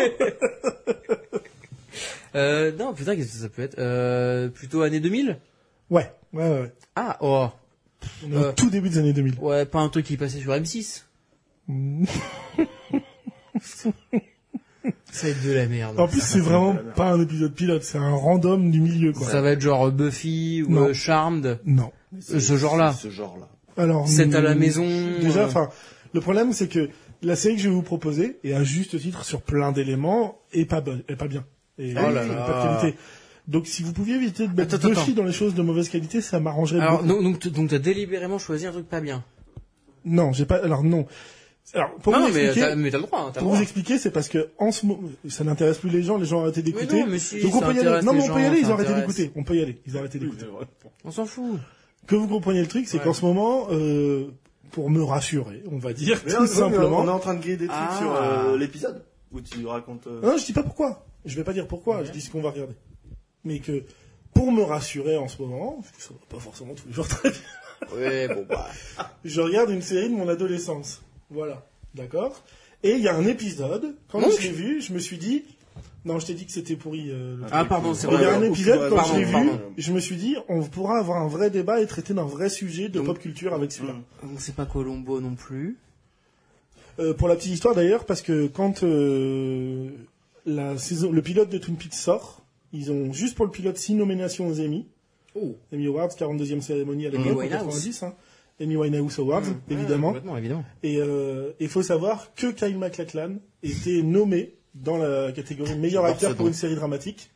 Speaker 3: Euh, non, putain, qu'est-ce que ça peut être Euh, Plutôt année 2000
Speaker 2: Ouais, ouais, ouais. ouais.
Speaker 3: Ah, oh,
Speaker 2: On est au
Speaker 3: Euh.
Speaker 2: tout début des années 2000.
Speaker 3: ouais, pas un truc qui passait sur M6.
Speaker 2: Mm.
Speaker 3: Ça va être de la merde.
Speaker 2: En plus, c'est vraiment pas un épisode pilote, c'est un random du milieu, quoi.
Speaker 3: Ça va être genre Buffy ou
Speaker 2: Non.
Speaker 3: euh, Charmed,
Speaker 2: Non.
Speaker 3: euh, ce genre-là.
Speaker 4: Ce genre-là.
Speaker 2: Alors,
Speaker 3: C'est à la
Speaker 2: mm,
Speaker 3: maison.
Speaker 2: Déjà,
Speaker 3: euh,
Speaker 2: enfin, le problème, c'est que la série que je vais vous proposer, et à juste titre sur plein d'éléments, est pas bonne, est pas bien. Et
Speaker 5: Oh là
Speaker 2: et
Speaker 5: là.
Speaker 2: pas de qualité. Donc, si vous pouviez éviter de mettre
Speaker 3: Attends,
Speaker 2: Buffy
Speaker 3: attends.
Speaker 2: dans les choses de mauvaise qualité, ça m'arrangerait
Speaker 3: Alors,
Speaker 2: beaucoup.
Speaker 3: donc, donc, t- donc t'as délibérément choisi un truc pas bien.
Speaker 2: Non, j'ai pas, alors non. Alors, pour
Speaker 3: non,
Speaker 2: vous
Speaker 3: non, mais
Speaker 2: expliquer-
Speaker 3: t'as mais t'as le droit. hein, t'as
Speaker 2: Pour
Speaker 3: le
Speaker 2: vous
Speaker 3: droit.
Speaker 2: expliquer, c'est parce que en ce moment, ça n'intéresse plus les gens, les gens ont arrêté d'écouter.
Speaker 3: non, mais si,
Speaker 2: Donc on
Speaker 3: ça
Speaker 2: peut y aller.
Speaker 3: intéresse
Speaker 2: Non, mais
Speaker 3: les
Speaker 2: on peut y
Speaker 3: gens,
Speaker 2: aller, ils
Speaker 3: ça
Speaker 2: ont arrêté
Speaker 3: intéresse.
Speaker 2: d'écouter. On peut y aller, ils ont arrêté d'écouter.
Speaker 4: (laughs)
Speaker 3: On s'en fout.
Speaker 2: Que vous compreniez le truc, c'est
Speaker 5: Ouais.
Speaker 2: qu'en ce moment, euh, pour me rassurer, on va dire
Speaker 4: Mais
Speaker 2: tout
Speaker 4: non, non, mais
Speaker 2: simplement.
Speaker 4: On est en train de griller des trucs
Speaker 5: Ah.
Speaker 4: sur euh, l'épisode où tu racontes. euh,
Speaker 2: Non, je dis pas pourquoi. Je vais pas dire pourquoi. Je dis ce qu'on va regarder. Mais que pour me rassurer en ce moment, parce que ça va pas forcément tous les jours très bien,
Speaker 5: Ouais, bon, bah.
Speaker 2: je regarde une série de mon adolescence. Voilà, d'accord. Et il y a un épisode. Quand
Speaker 5: Donc
Speaker 2: je l'ai vu, je me suis dit. Non, je t'ai dit que c'était pourri. euh, le
Speaker 5: Ah, pardon, c'est
Speaker 2: Il y
Speaker 5: vrai.
Speaker 2: a un
Speaker 5: ouais.
Speaker 2: épisode, quand
Speaker 5: pardon,
Speaker 2: je l'ai vu,
Speaker 5: pardon.
Speaker 2: je me suis dit, on pourra avoir un vrai débat et traiter d'un vrai sujet de pop culture avec celui-là.
Speaker 4: Mm.
Speaker 3: Donc (laughs) c'est pas Colombo non plus.
Speaker 2: Euh, pour la petite histoire d'ailleurs, parce que quand euh, la saison, le pilote de Twin Peaks sort, ils ont juste pour le pilote 6 nominations aux Emmy.
Speaker 3: Oh.
Speaker 2: Emmy Awards, 42e cérémonie à
Speaker 3: Amy
Speaker 2: l'époque, en
Speaker 3: Winehouse.
Speaker 2: 90. Hein. Emmy Winehouse Awards,
Speaker 3: Mmh.
Speaker 2: Ah, évidemment.
Speaker 3: Complètement, évidemment.
Speaker 2: Et il faut savoir que Kyle MacLachlan était nommé dans la catégorie meilleur
Speaker 4: Alors,
Speaker 2: acteur
Speaker 4: c'est
Speaker 2: pour
Speaker 4: bon.
Speaker 2: une série dramatique.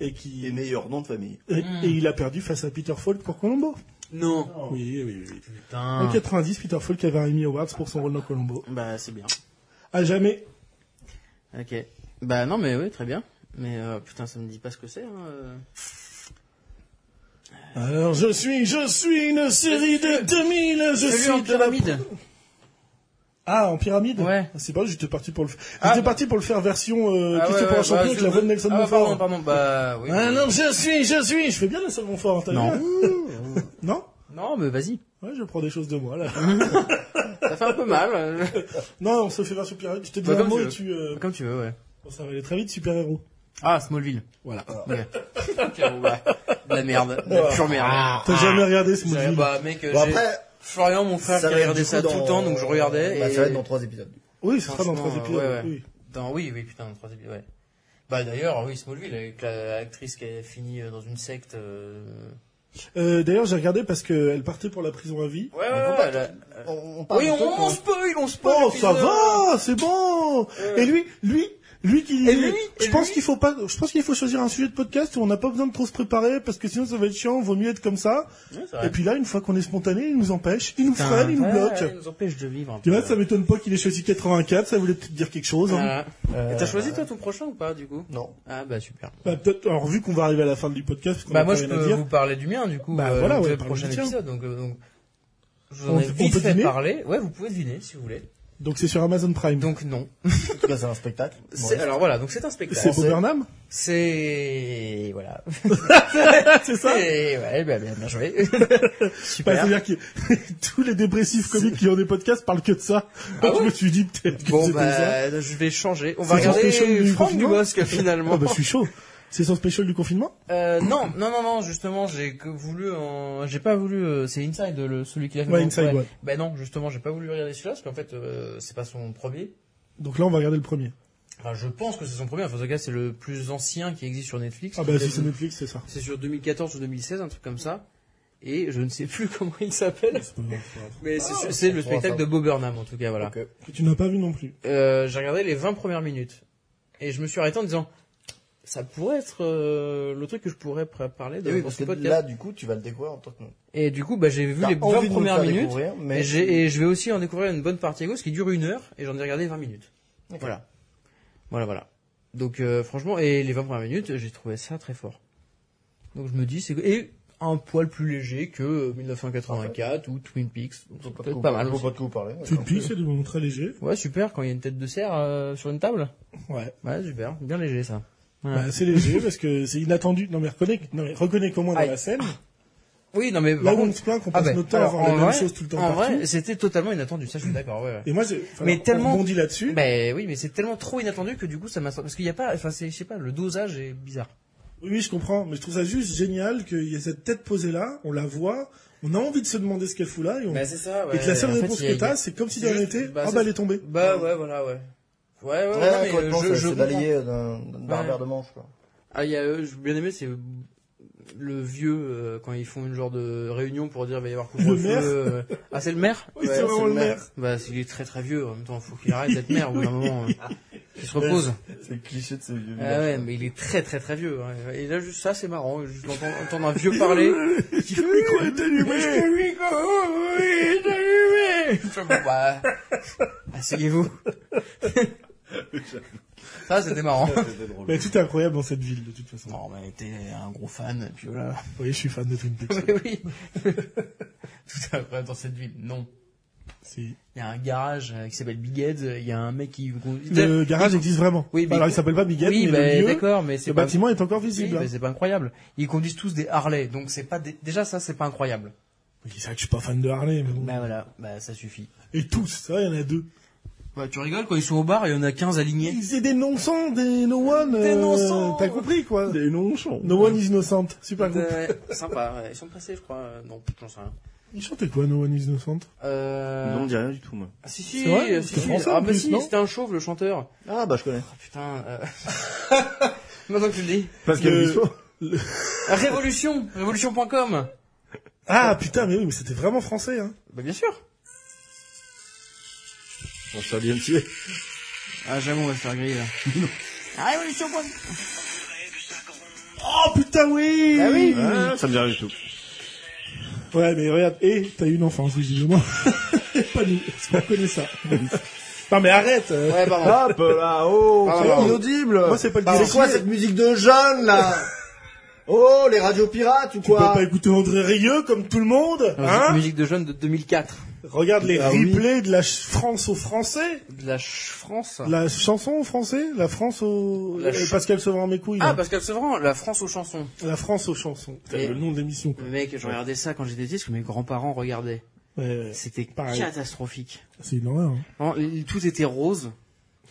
Speaker 2: Et, qui,
Speaker 4: Et meilleur nom de famille.
Speaker 2: et- et il a perdu face à Peter Falk pour Colombo.
Speaker 3: Non.
Speaker 2: Oui, oui, oui. En
Speaker 3: Oh, Putain.
Speaker 2: 90, Peter Falk avait un Emmy Awards pour son rôle dans Colombo.
Speaker 3: Bah c'est bien.
Speaker 2: À jamais.
Speaker 3: Ok. Bah non, mais oui, très bien. Mais euh, putain, ça me dit pas ce que c'est. Hein. euh.
Speaker 2: Alors je suis, je suis une série de 2000, je
Speaker 3: Celui en
Speaker 2: suis de la...
Speaker 3: pyramide.
Speaker 2: Ah, en pyramide
Speaker 3: Ouais.
Speaker 2: C'est pas, j'étais parti pour le faire.
Speaker 3: Ah,
Speaker 2: J'étais
Speaker 3: bah-
Speaker 2: parti pour le faire version euh,
Speaker 3: Ah,
Speaker 2: question
Speaker 3: ouais,
Speaker 2: pour un
Speaker 3: ouais,
Speaker 2: champion
Speaker 3: bah,
Speaker 2: avec
Speaker 3: je-
Speaker 2: la voix de Nelson
Speaker 3: ah, Pardon,
Speaker 2: Montfort.
Speaker 3: pardon, bah oui.
Speaker 2: Ah non, je suis, je suis Je fais bien Nelson Montfort, hein, t'as
Speaker 3: Non.
Speaker 2: vu Non
Speaker 3: Non, mais vas-y.
Speaker 2: Ouais, je prends des choses de moi, là.
Speaker 3: Ça fait un peu mal. euh. (laughs)
Speaker 2: non, on se fait version pyramide, je te dis
Speaker 3: Bah,
Speaker 2: un
Speaker 3: comme
Speaker 2: mot
Speaker 3: tu
Speaker 2: et
Speaker 3: veux.
Speaker 2: tu... euh,
Speaker 3: Comme tu veux, ouais.
Speaker 2: Ça va aller très vite, super-héros.
Speaker 3: Ah, Smallville. Voilà. Ouais. (laughs) Ok, bon, bah, de la merde. De la pure merde.
Speaker 2: T'as jamais regardé ce
Speaker 3: Ah, J'ai-
Speaker 2: movie
Speaker 3: Bah mec, euh,
Speaker 6: Bon,
Speaker 3: j'ai-
Speaker 6: après,
Speaker 3: Florian, mon frère, qui
Speaker 6: va être
Speaker 3: regardait
Speaker 6: du coup
Speaker 3: ça tout
Speaker 6: dans-
Speaker 3: le temps, donc je regardais.
Speaker 6: Bah,
Speaker 3: et...
Speaker 6: Ça va être dans trois épisodes.
Speaker 2: Oui, ce sera dans trois
Speaker 3: Franchement,
Speaker 2: épisodes.
Speaker 3: ouais, ouais.
Speaker 2: oui.
Speaker 3: Dans- oui, oui, putain, dans trois épisodes, ouais. Bah d'ailleurs, oui, Smallville, avec la- l'actrice qui a fini euh, dans une secte. euh,
Speaker 2: Euh, D'ailleurs, j'ai regardé parce qu'elle partait pour la prison à vie.
Speaker 3: Ouais, ouais,
Speaker 6: Mais faut
Speaker 3: ouais,
Speaker 6: pas-
Speaker 3: elle a-
Speaker 6: On, on parle
Speaker 3: Oui,
Speaker 6: de
Speaker 3: on,
Speaker 6: trucs,
Speaker 3: on
Speaker 6: hein.
Speaker 3: spoil, on spoil.
Speaker 2: Oh, ça
Speaker 3: l'épisode.
Speaker 2: va, c'est bon. Et lui, lui, lui qui.
Speaker 3: Et lui,
Speaker 2: je
Speaker 3: et
Speaker 2: pense
Speaker 3: lui.
Speaker 2: qu'il faut pas. Je pense qu'il faut choisir un sujet de podcast où on n'a pas besoin de trop se préparer parce que sinon ça va être chiant. Vaut mieux être comme ça.
Speaker 3: Ouais, c'est vrai.
Speaker 2: Et puis là, une fois qu'on est spontané, il nous empêche, il nous
Speaker 3: Putain,
Speaker 2: freine, il nous
Speaker 3: ouais,
Speaker 2: bloque.
Speaker 3: Il nous empêche de vivre un
Speaker 2: Tu
Speaker 3: peu.
Speaker 2: vois, ça m'étonne pas qu'il ait choisi 84. Ça voulait peut-être dire quelque chose. hein.
Speaker 3: Voilà. Et Euh, t'as choisi toi ton prochain ou pas du coup
Speaker 6: Non.
Speaker 3: Ah bah super.
Speaker 2: Bah, peut-être. Alors vu qu'on va arriver à la fin du podcast, parce qu'on
Speaker 3: Bah
Speaker 2: a
Speaker 3: moi
Speaker 2: pas
Speaker 3: je
Speaker 2: rien à
Speaker 3: peux
Speaker 2: dire.
Speaker 3: vous parler du mien du coup.
Speaker 2: Bah,
Speaker 3: euh,
Speaker 2: voilà,
Speaker 3: du
Speaker 2: ouais,
Speaker 3: prochain
Speaker 2: parle du tien.
Speaker 3: épisode. Donc, euh, donc je
Speaker 2: On-
Speaker 3: vous en ai
Speaker 2: on
Speaker 3: vite
Speaker 2: peut
Speaker 3: fait
Speaker 2: deviner
Speaker 3: parler. Ouais, vous pouvez deviner si vous voulez.
Speaker 2: Donc c'est sur Amazon Prime.
Speaker 3: Donc non.
Speaker 6: En tout cas, c'est un spectacle. Bon,
Speaker 3: C'est- alors voilà, donc c'est un
Speaker 2: c'est
Speaker 3: spectacle.
Speaker 2: Bob Burnham
Speaker 3: C'est voilà.
Speaker 2: (laughs) C'est ça
Speaker 3: C'est ouais, bah, bien, bien
Speaker 2: (laughs)
Speaker 3: joué.
Speaker 2: Bah,
Speaker 3: super.
Speaker 2: C'est-à-dire que (laughs) tous les dépressifs comiques qui ont des podcasts parlent que de ça. Donc je me suis dit peut-être que
Speaker 3: Ah Bon
Speaker 2: c'était ça.
Speaker 3: bah je vais changer. On va
Speaker 2: C'est Suspicion
Speaker 3: regarder
Speaker 2: du
Speaker 3: Franck
Speaker 2: confinement
Speaker 3: Dubosc (laughs) finalement.
Speaker 2: Ah bah, je suis chaud. C'est son spécial du confinement
Speaker 3: Euh, non, non, non, non, justement, j'ai que voulu, en- j'ai pas voulu, euh, c'est Inside, le, celui qui l'a fait.
Speaker 2: Ouais,
Speaker 3: dans-
Speaker 2: Inside, ouais.
Speaker 3: Ben non, justement, j'ai pas voulu regarder celui-là, parce qu'en fait, euh, c'est pas son premier.
Speaker 2: Donc là, on va regarder le premier.
Speaker 3: Enfin, je pense que c'est son premier, enfin, en tout cas, c'est le plus ancien qui existe sur Netflix.
Speaker 2: Ah bah si c'est Netflix, c'est ça.
Speaker 3: C'est sur 2014 ou 2016, un truc comme ça. Et je ne sais plus (laughs) comment il s'appelle, mais c'est su- c'est le
Speaker 6: On pourra
Speaker 3: spectacle de
Speaker 6: faire.
Speaker 3: Bob Burnham, en tout cas, voilà.
Speaker 6: Ok.
Speaker 2: Que tu n'as pas vu non plus.
Speaker 3: Euh, j'ai regardé les 20 premières minutes. Et je me suis arrêté en disant, ça pourrait être euh, le truc que je pourrais pr- parler de
Speaker 6: Et Eh oui,
Speaker 3: dans
Speaker 6: parce
Speaker 3: ce
Speaker 6: que
Speaker 3: podcast.
Speaker 6: là, du coup, tu vas le découvrir en tant que.
Speaker 3: Et du coup, bah, j'ai vu
Speaker 6: T'as
Speaker 3: les 20
Speaker 6: envie de nous
Speaker 3: premières
Speaker 6: faire
Speaker 3: minutes.
Speaker 6: découvrir,
Speaker 3: Et,
Speaker 6: mais
Speaker 3: j'ai- et je vais aussi en découvrir une bonne partie à gauche qui dure une heure et j'en ai regardé 20 minutes.
Speaker 6: D'accord.
Speaker 3: Voilà. Voilà, voilà. Donc, euh, franchement, et les 20 premières minutes, j'ai trouvé ça très fort. Donc, je me dis, c'est. Et un poil plus léger que euh, 1984 ou Twin Peaks. Donc, c'est peut-être
Speaker 4: Ah,
Speaker 3: pas mal.
Speaker 6: Faut
Speaker 3: aussi.
Speaker 6: pas de quoi vous parler.
Speaker 2: Twin Peaks, c'est du moment très léger.
Speaker 3: Ouais, super, quand il y a une tête de cerf euh, sur une table.
Speaker 2: Ouais.
Speaker 3: Ouais, super. Bien léger, ça. Ouais.
Speaker 2: Bah, c'est léger parce que c'est inattendu. Non mais reconnais, non, mais reconnais qu'au moins dans
Speaker 3: Aïe.
Speaker 2: la scène,
Speaker 3: Oui, non mais
Speaker 2: Là
Speaker 3: par
Speaker 2: où on
Speaker 3: contre-
Speaker 2: se plaint qu'on
Speaker 3: Ah
Speaker 2: passe
Speaker 3: ben,
Speaker 2: notre temps à
Speaker 3: alors,
Speaker 2: voir la
Speaker 3: en
Speaker 2: même
Speaker 3: vrai-
Speaker 2: chose tout le temps
Speaker 3: En
Speaker 2: partout.
Speaker 3: vrai, c'était totalement inattendu, ça je suis d'accord, ouais, ouais.
Speaker 2: Et moi, j'ai, enfin,
Speaker 3: Mais
Speaker 2: alors,
Speaker 3: tellement- Bah.
Speaker 2: on rebondit là-dessus.
Speaker 3: Mais oui, mais c'est tellement trop inattendu que du coup ça m'a parce qu'il y a pas enfin c'est je sais pas, le dosage est bizarre.
Speaker 2: Oui, oui, je comprends, mais je trouve ça juste génial qu'il y ait cette tête posée là, on la voit, on a envie de se demander ce qu'elle fout là, et, on-
Speaker 3: c'est ça,
Speaker 2: et que la seule
Speaker 3: Bah, En fait,
Speaker 2: réponse
Speaker 3: il y a-
Speaker 2: que t'as, c'est comme si de
Speaker 3: c'est
Speaker 2: rien
Speaker 3: juste-
Speaker 2: n'était,
Speaker 3: bah,
Speaker 2: ah
Speaker 3: c'est-
Speaker 2: bah elle est tombée.
Speaker 3: Bah ouais, voilà, ouais. Ouais, ouais,
Speaker 6: Ouais,
Speaker 3: ouais, mais,
Speaker 6: complètement,
Speaker 3: euh,
Speaker 6: c'est-
Speaker 3: je, je
Speaker 6: c'est
Speaker 3: comprends.
Speaker 6: balayé d'un d'un
Speaker 3: Ouais.
Speaker 6: revers de manche, quoi.
Speaker 3: Ah, il y a, euh, j'ai bien aimé, c'est le vieux, euh, quand ils font une genre de réunion pour dire, il va y avoir couvre-feu.
Speaker 2: Le maire
Speaker 3: euh, Ah, c'est le maire
Speaker 2: Oui,
Speaker 6: Ouais,
Speaker 2: c'est
Speaker 6: c'est
Speaker 2: vraiment
Speaker 6: le
Speaker 2: le maire.
Speaker 3: Bah, il est très très vieux, en même temps, faut qu'il arrête d'être maire, au bout d'un moment. euh, qu'il se repose.
Speaker 6: C'est le cliché de ce vieux
Speaker 3: Ah
Speaker 6: village.
Speaker 3: ouais, mais il est très très très vieux. hein. Et là, juste ça, c'est marrant, juste d'entendre entendre un vieux parler. qui fait, oui, quoi, t'as allumé, oui, quoi,
Speaker 2: (laughs)
Speaker 3: oui, t'as allumé. Enfin, bon, bah, asseyez-vous. ça, c'était marrant.
Speaker 4: C'était (laughs) drôle.
Speaker 2: Mais tout est incroyable dans cette ville, de toute façon.
Speaker 3: Non, mais t'es un gros fan, et puis voilà.
Speaker 2: (laughs) Vous voyez, je suis fan de Twin Peaks.
Speaker 3: Mais oui. Tout à fait dans cette ville, non.
Speaker 2: Si.
Speaker 3: Il y a un garage euh, qui s'appelle Big Ed, il y a un mec qui conduit.
Speaker 2: Le garage existe vraiment.
Speaker 3: Oui, mais-
Speaker 2: Alors, il s'appelle pas Big Ed,
Speaker 3: oui,
Speaker 2: mais
Speaker 3: bah,
Speaker 2: le lieu,
Speaker 3: d'accord, mais c'est
Speaker 2: le
Speaker 3: pas...
Speaker 2: bâtiment est encore
Speaker 3: oui, bah,
Speaker 2: visible.
Speaker 3: mais
Speaker 2: hein.
Speaker 3: c'est pas incroyable. Ils conduisent tous des Harley, donc c'est pas des- déjà ça, c'est pas incroyable.
Speaker 2: Oui, c'est vrai que je suis pas fan de Harley, mais bon.
Speaker 3: Bah voilà, bah ça suffit.
Speaker 2: Et tous, ça, il y en a deux.
Speaker 3: Bah tu rigoles quoi, ils sont au bar et il y en a 15 alignés.
Speaker 2: C'est des non-sens, des no-one.
Speaker 3: Des non-sens.
Speaker 2: T'as compris, quoi.
Speaker 7: Des non-chants.
Speaker 2: No one is innocent. Super groupe.
Speaker 3: Euh, sympa, ouais. ils sont passés je crois. euh, non, j'en sais rien.
Speaker 2: Il chantait quoi, No one is innocent?
Speaker 3: Euh...
Speaker 4: Non, on dit rien du tout, moi.
Speaker 3: ah, si si,
Speaker 2: C'est vrai
Speaker 3: si,
Speaker 2: C'est
Speaker 3: si.
Speaker 2: français, en
Speaker 3: ah bah
Speaker 2: plus,
Speaker 3: si,
Speaker 2: non
Speaker 3: c'était un chauve le chanteur.
Speaker 6: Ah, bah, je connais.
Speaker 3: Ah, putain. Euh... (laughs) Maintenant que tu le dis. Ah,
Speaker 4: Pascal
Speaker 2: Le-
Speaker 4: Obispo.
Speaker 3: Révolution, révolution.com.
Speaker 2: Ah, putain, mais oui, mais c'était vraiment français, hein.
Speaker 3: Bah bien sûr.
Speaker 4: On s'est bien tué.
Speaker 3: Ah jamais on va se faire (laughs) griller là. Ah, révolution.com.
Speaker 2: Oh, putain, oui!
Speaker 3: Ah oui.
Speaker 4: (laughs) Ah, ça me dit rien du tout.
Speaker 2: Ouais, mais regarde, et t'as eu une enfance, visiblement. (laughs) pas nous, parce qu'on
Speaker 3: (laughs)
Speaker 2: connaît ça. non, mais arrête! euh.
Speaker 3: Ouais pardon.
Speaker 4: Hop
Speaker 6: (laughs)
Speaker 4: là, oh,
Speaker 3: Ah,
Speaker 4: c'est
Speaker 3: pardon.
Speaker 4: inaudible.
Speaker 2: Moi, c'est pas le
Speaker 6: Ah, C'est
Speaker 2: défi.
Speaker 6: quoi cette musique de jeune, (laughs) là Oh, les radios pirates ou
Speaker 2: Tu peux
Speaker 6: quoi
Speaker 2: pas écouter André Rieu comme tout le monde,
Speaker 3: Musique-
Speaker 2: hein?
Speaker 3: musique de jeune de 2004
Speaker 2: Regarde les
Speaker 6: Ah oui.
Speaker 2: replays de la ch- France aux Français,
Speaker 3: de la Ch- France.
Speaker 2: la chanson aux Français, la France aux...
Speaker 3: La ch-
Speaker 2: Euh, Pascal se vend mes couilles,
Speaker 3: Ah
Speaker 2: hein.
Speaker 3: Pascal Sevran, la France aux chansons.
Speaker 2: la France aux chansons. Putain,
Speaker 3: Et-
Speaker 2: Le nom de l'émission. quoi.
Speaker 3: Mec, je regardais ça quand j'étais petit, parce que mes grands-parents regardaient.
Speaker 2: Ouais, ouais.
Speaker 3: C'était
Speaker 2: Pareil.
Speaker 3: catastrophique.
Speaker 2: C'est une horreur. hein.
Speaker 3: Non, il- tout était rose,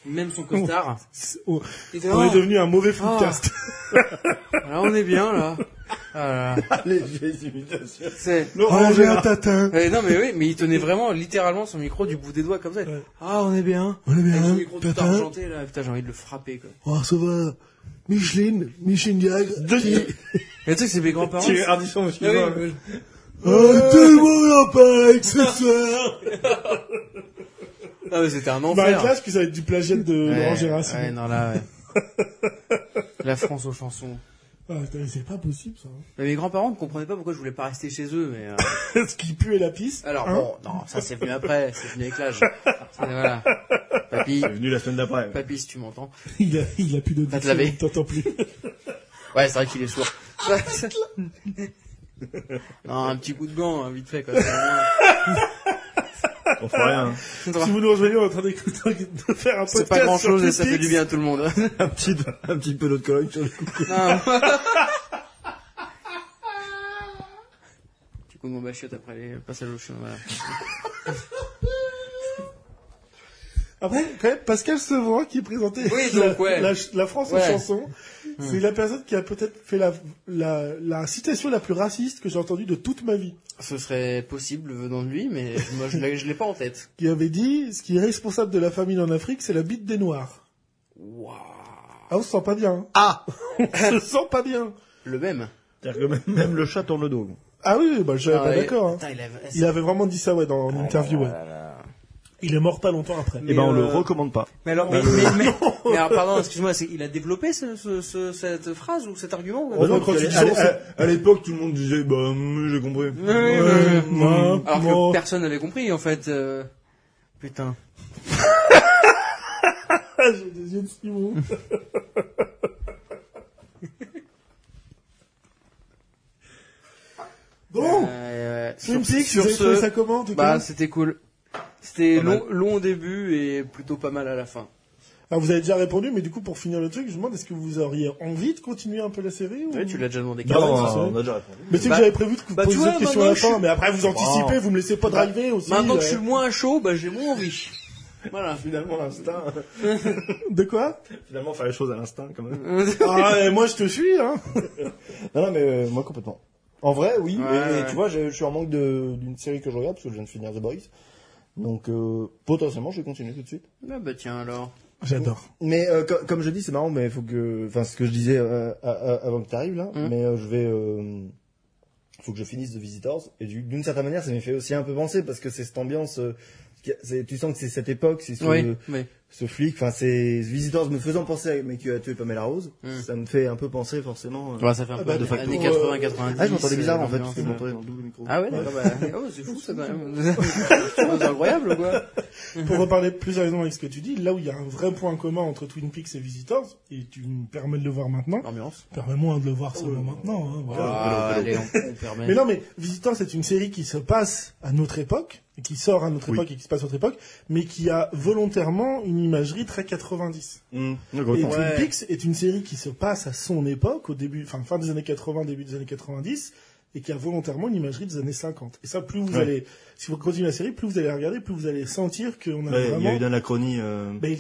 Speaker 3: même son costard.
Speaker 2: C'est- oh,
Speaker 3: Il était,
Speaker 2: On
Speaker 3: oh,
Speaker 2: est devenu un mauvais
Speaker 3: Oh.
Speaker 2: footcast. Oh.
Speaker 3: Là, on est bien là. Ah, là, là.
Speaker 6: Les vieilles imitations.
Speaker 3: C'est-
Speaker 2: Laurent un Tatin.
Speaker 3: Eh, non mais oui, mais il tenait vraiment littéralement son micro du bout des doigts comme ça.
Speaker 2: Ouais.
Speaker 3: Ah, on est bien.
Speaker 2: On est
Speaker 3: Avec son
Speaker 2: bien,
Speaker 3: micro tout
Speaker 2: Tatin.
Speaker 3: argenté là, putain, j'ai envie de le frapper quoi.
Speaker 2: Oh, ça va. Micheline, Micheline Diagre.
Speaker 3: Mais tu sais que c'est mes grands-parents.
Speaker 4: Tu es Ardisson,
Speaker 3: Ah oui,
Speaker 4: excuse-moi.
Speaker 3: euh,
Speaker 2: Oh, tout le monde en parle ce soir. (laughs)
Speaker 3: ah, mais c'était un
Speaker 2: Bah,
Speaker 3: enfer.
Speaker 2: là, je que ça va être du plagiat de Laurent Gérard.
Speaker 3: ouais, non là.
Speaker 2: (laughs)
Speaker 3: Ouais. la France aux chansons.
Speaker 2: Ah, putain, mais c'est pas possible, ça.
Speaker 3: Mais mes grands-parents ne comprenaient pas pourquoi je voulais pas rester chez eux, mais. euh,
Speaker 2: (laughs) ce qui pue est la piste.
Speaker 3: Alors
Speaker 2: Hein
Speaker 3: bon, non, ça c'est venu après, c'est venu avec l'âge. Ça, voilà. Papy,
Speaker 4: C'est venu la semaine d'après.
Speaker 3: papy, si tu m'entends.
Speaker 2: Il a, il a plus de
Speaker 3: Va te laver.
Speaker 2: T'entends plus.
Speaker 3: Ouais, c'est vrai qu'il est sourd.
Speaker 4: (laughs)
Speaker 3: (laughs) non, un petit coup de gant, hein, vite fait quoi.
Speaker 4: On fera rien. hein.
Speaker 3: C'est
Speaker 2: Si
Speaker 4: (laughs)
Speaker 3: vraiment- (laughs)
Speaker 2: vous nous rejoignez, on est en train d'écouter, de faire un podcast.
Speaker 3: C'est pas grand chose
Speaker 2: sur
Speaker 3: et ça fait
Speaker 2: Twin
Speaker 3: du bien à tout le monde. hein.
Speaker 4: (laughs) Un petit, un petit peu d'autre colonne sur le coup.
Speaker 3: Non.
Speaker 4: (laughs)
Speaker 3: Tu coupes mon bachiote après les passages au chien, voilà.
Speaker 2: Peaks. Après, quand même, Pascal Sevran, qui est présenté.
Speaker 3: Oui,
Speaker 2: la,
Speaker 3: donc, ouais.
Speaker 2: la, ch- la France
Speaker 3: Ouais. Hmm.
Speaker 2: aux chansons. C'est la personne qui a peut-être fait la, la, la citation la plus raciste que j'ai entendue de toute ma vie.
Speaker 3: Ce serait possible venant de lui, mais moi je l'ai je l'ai pas en tête.
Speaker 2: Qui avait dit, ce qui est responsable de la famine en Afrique, c'est la bite des Noirs.
Speaker 3: Waouh.
Speaker 2: Ah, on se sent pas bien.
Speaker 3: Ah
Speaker 2: (laughs) On se sent pas bien.
Speaker 3: Le même.
Speaker 4: C'est-à-dire que même, même le chat tourne le dos.
Speaker 2: Ah oui, oui, bah,
Speaker 4: Euh,
Speaker 2: je suis
Speaker 3: Ah
Speaker 2: pas
Speaker 3: ouais,
Speaker 2: d'accord. hein.
Speaker 3: putain, il avait-
Speaker 2: Il avait vraiment dit ça, ouais, dans
Speaker 3: Ah
Speaker 2: l'interview, ouais. Il est mort pas longtemps après.
Speaker 4: Eh ben, on
Speaker 3: euh,
Speaker 4: le recommande pas.
Speaker 3: Mais
Speaker 4: (laughs)
Speaker 3: alors, mais, mais, mais- mais alors, pardon, excuse-moi, c'est- il a développé ce, ce- ce- cette phrase ou cet argument ou-
Speaker 2: Oh non, quand
Speaker 4: À
Speaker 2: tu
Speaker 4: l'é-
Speaker 2: dis
Speaker 4: à l'é-
Speaker 2: ça,
Speaker 4: à l'époque, tout le monde disait, bah, hum, j'ai compris.
Speaker 3: Ouais, ouais, ouais.
Speaker 2: moi,
Speaker 3: Mm. Alors
Speaker 2: moi.
Speaker 3: que personne n'avait compris, en fait. euh, Putain.
Speaker 2: J'ai des yeux de Simon. bon,
Speaker 3: Euh,
Speaker 2: Twin
Speaker 3: sur
Speaker 2: Peaks,
Speaker 3: sur
Speaker 2: vous avez trouvé
Speaker 3: ce,
Speaker 2: ça comment, en tout
Speaker 3: bah,
Speaker 2: cas
Speaker 3: c'était cool. C'était
Speaker 4: Pas mal.
Speaker 3: long, long au début et plutôt pas mal à la fin.
Speaker 2: Alors, Ah, vous avez déjà répondu, mais du coup, pour finir le truc, je vous demande, est-ce que vous auriez envie de continuer un peu la série ou...
Speaker 3: Ouais, tu l'as déjà demandé.
Speaker 2: Non,
Speaker 3: Karen.
Speaker 2: non, c'est vrai.
Speaker 4: Ah on a déjà répondu.
Speaker 2: Mais c'est
Speaker 3: Bah-
Speaker 2: que j'avais prévu de vous
Speaker 3: bah,
Speaker 2: poser
Speaker 3: tu vois,
Speaker 2: cette question à
Speaker 3: maintenant
Speaker 2: la
Speaker 3: que
Speaker 2: fin,
Speaker 3: je suis-
Speaker 2: mais après, vous anticipez, vous me laissez pas
Speaker 3: Bah,
Speaker 2: driver aussi.
Speaker 3: Maintenant que
Speaker 2: euh,
Speaker 3: je suis moins chaud, bah j'ai moins envie. Voilà. (laughs)
Speaker 4: Finalement, l'instinct.
Speaker 2: De quoi
Speaker 4: Finalement, faire les choses à l'instinct, quand même.
Speaker 3: (laughs)
Speaker 2: Ah, et moi, je te suis, hein
Speaker 6: Non, non, mais euh, moi complètement. En vrai, oui.
Speaker 3: Ouais,
Speaker 6: et, et
Speaker 3: ouais.
Speaker 6: tu vois, je, je suis en manque de- d'une série que je regarde parce que je viens de finir The Boys. Donc euh, potentiellement, je vais continuer tout de suite.
Speaker 3: Ah bah tiens alors.
Speaker 2: J'adore.
Speaker 6: Mais euh, co- comme je dis, c'est marrant, mais il faut que, enfin, ce que je disais euh, à- à- avant que tu arrives là,
Speaker 3: Mhm.
Speaker 6: mais euh, je vais, euh, faut que je finisse The Visitors. Et du- d'une certaine manière, ça m'a fait aussi un peu penser parce que c'est cette ambiance, euh, qui a- c'est- tu sens que c'est cette époque, c'est ce,
Speaker 3: Oui. Mais
Speaker 6: ce flic, enfin, c'est The Visitors me faisant penser à mais qui a tué Pamela Rose.
Speaker 3: Mhm.
Speaker 6: Ça me fait un peu penser forcément. euh,
Speaker 3: Ouais, ça fait un
Speaker 2: Ah
Speaker 3: peu
Speaker 2: bah, de
Speaker 3: années
Speaker 2: facto,
Speaker 3: 80,
Speaker 2: euh,
Speaker 3: 90.
Speaker 6: Ah, je m'entendais bizarre en fait,
Speaker 3: l'ambiance,
Speaker 6: parce que je
Speaker 3: euh.
Speaker 6: m'entendais dans le double micro.
Speaker 3: Ah ouais, d'accord, bah, oh, c'est fou ça quand même. (laughs) c'est incroyable ou quoi
Speaker 2: Pour reparler plus sérieusement avec ce que tu dis, là où il y a un vrai point commun entre Twin Peaks et Visitors, et tu me permets de le voir maintenant,
Speaker 3: L'ambiance.
Speaker 2: permets-moi de le voir seulement maintenant, hein, voilà.
Speaker 3: Ah, allez, on, on permet.
Speaker 2: Mais non, mais Visitors, c'est une série qui se passe à notre époque, et qui sort à notre époque et qui se passe à notre époque, mais qui a volontairement une imagerie très 90.
Speaker 6: Mm.
Speaker 4: Mmh.
Speaker 2: Et
Speaker 6: Complètement.
Speaker 2: Twin
Speaker 3: Ouais.
Speaker 2: Peaks est une série qui se passe à son époque, au début, enfin, fin des années 80, début des années 90, et qui a volontairement une imagerie des années 50. Et ça, plus vous
Speaker 6: Ouais.
Speaker 2: allez, si vous continuez la série, plus vous allez la regarder, plus vous allez sentir qu'on a
Speaker 4: Ouais, il y a
Speaker 2: vraiment
Speaker 4: eu d'anachronie, euh...
Speaker 2: ben,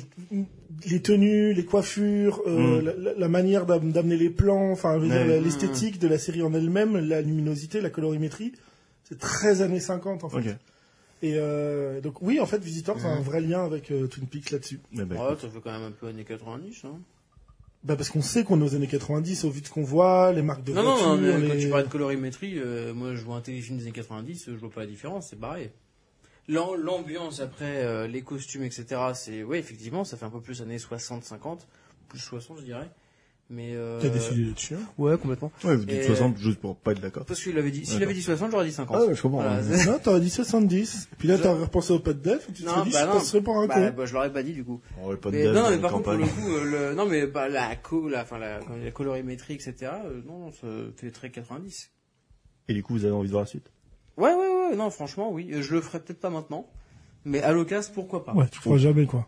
Speaker 2: les tenues, les coiffures, euh,
Speaker 4: Mm.
Speaker 2: la- la, la manière d'am- d'amener les plans, enfin je veux dire,
Speaker 4: Ouais.
Speaker 2: la- l'esthétique de la série en elle-même, la luminosité, la colorimétrie, c'est très années 50 en fait.
Speaker 4: Ok.
Speaker 2: Et euh, donc oui, en fait, Visitor, c'est un vrai lien avec euh, Twin Peaks là-dessus.
Speaker 4: Mais ben,
Speaker 3: Ouais, ça fait quand même un peu années 90, hein.
Speaker 2: Bah parce qu'on sait qu'on est aux années 90 au vu de ce qu'on voit, les marques de
Speaker 3: Non,
Speaker 2: voitures,
Speaker 3: non, non, mais
Speaker 2: les-
Speaker 3: quand tu parles de colorimétrie, euh, moi je vois un téléfilm des années 90, euh, je vois pas la différence, c'est pareil. L'am- L'ambiance après, euh, les costumes, etc., c'est, ouais, effectivement, ça fait un peu plus années 60, 50, plus 60, je dirais. Mais, euh,
Speaker 2: T'as décidé là-dessus. hein
Speaker 3: Ouais, complètement.
Speaker 4: Ouais, vous dites
Speaker 3: Et-
Speaker 4: 60 juste pour pas être d'accord.
Speaker 3: Parce qu'il avait dit, s'il
Speaker 4: D'accord.
Speaker 3: avait dit 60, j'aurais dit 50.
Speaker 6: Ah, ouais, je comprends.
Speaker 3: Voilà,
Speaker 6: ouais.
Speaker 3: c'est-
Speaker 2: Non, t'aurais dit 70. Puis là, t'aurais repensé au pas de def, et tu te
Speaker 3: Non,
Speaker 2: serais dit,
Speaker 3: bah
Speaker 2: je
Speaker 3: non.
Speaker 2: passerais pour un con.
Speaker 3: bah, bah, je l'aurais pas dit, du coup.
Speaker 4: On pas
Speaker 3: Mais, non, non, mais par contre, pour le coup, euh, le- non, mais bah, la, co, la, enfin, la, la colorimétrie, etc., euh, non, non, ça fait très 90.
Speaker 4: Et du coup, vous avez envie de voir la suite
Speaker 3: Ouais, ouais, ouais, non, franchement, oui. Euh, Je le ferai peut-être pas maintenant. Mais à l'occasion, pourquoi pas
Speaker 2: Ouais, tu feras jamais quoi.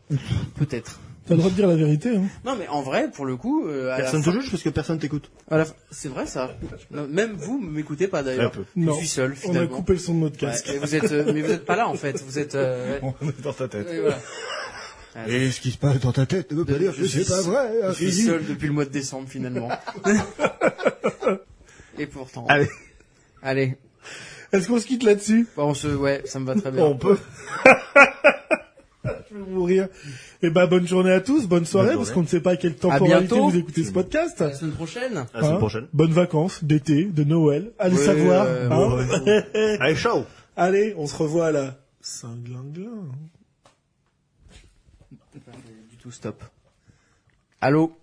Speaker 3: Peut-être.
Speaker 2: T'as le droit de dire la vérité. Hein.
Speaker 3: Non, mais en vrai, pour le coup, euh, à la
Speaker 4: Personne
Speaker 3: fin-
Speaker 4: te juge parce que personne
Speaker 3: (laughs)
Speaker 4: t'écoute.
Speaker 3: à la fin- c'est vrai ça. Non, même vous ne m'écoutez pas d'ailleurs.
Speaker 4: Très peu.
Speaker 3: Je
Speaker 2: Non.
Speaker 3: suis seul
Speaker 2: On a
Speaker 3: finalement.
Speaker 2: coupé le son de notre
Speaker 3: Ouais,
Speaker 2: casque.
Speaker 3: et vous êtes, euh, mais vous êtes pas là en fait. Vous êtes. euh, ouais.
Speaker 4: Dans ta tête.
Speaker 3: Et voilà.
Speaker 6: (laughs) Et ce qui se passe dans ta tête ne veut pas dire
Speaker 3: Je
Speaker 6: que
Speaker 3: suis-
Speaker 6: c'est pas vrai. hein,
Speaker 3: Je suis
Speaker 6: Freddy.
Speaker 3: seul depuis le mois de décembre finalement.
Speaker 6: (laughs)
Speaker 3: et pourtant.
Speaker 4: Allez.
Speaker 3: Allez.
Speaker 2: Est-ce qu'on se quitte là-dessus
Speaker 3: Bon, on se, ouais, ça me va très bien.
Speaker 2: On peut. Je vais mourir. Et bah bonne journée à tous, bonne soirée,
Speaker 4: Bonne
Speaker 2: parce
Speaker 4: journée.
Speaker 2: qu'on ne sait pas à quelle temporalité
Speaker 3: bientôt.
Speaker 2: vous écoutez ce podcast.
Speaker 3: À la semaine prochaine.
Speaker 4: À la semaine
Speaker 2: Hein
Speaker 4: prochaine.
Speaker 2: Bonnes vacances, d'été, de Noël, allez
Speaker 3: Ouais,
Speaker 2: savoir.
Speaker 3: euh,
Speaker 2: hein.
Speaker 4: Allez, ciao
Speaker 2: allez, on se revoit à la Saint-Glinglin.
Speaker 3: Du tout stop. Allô.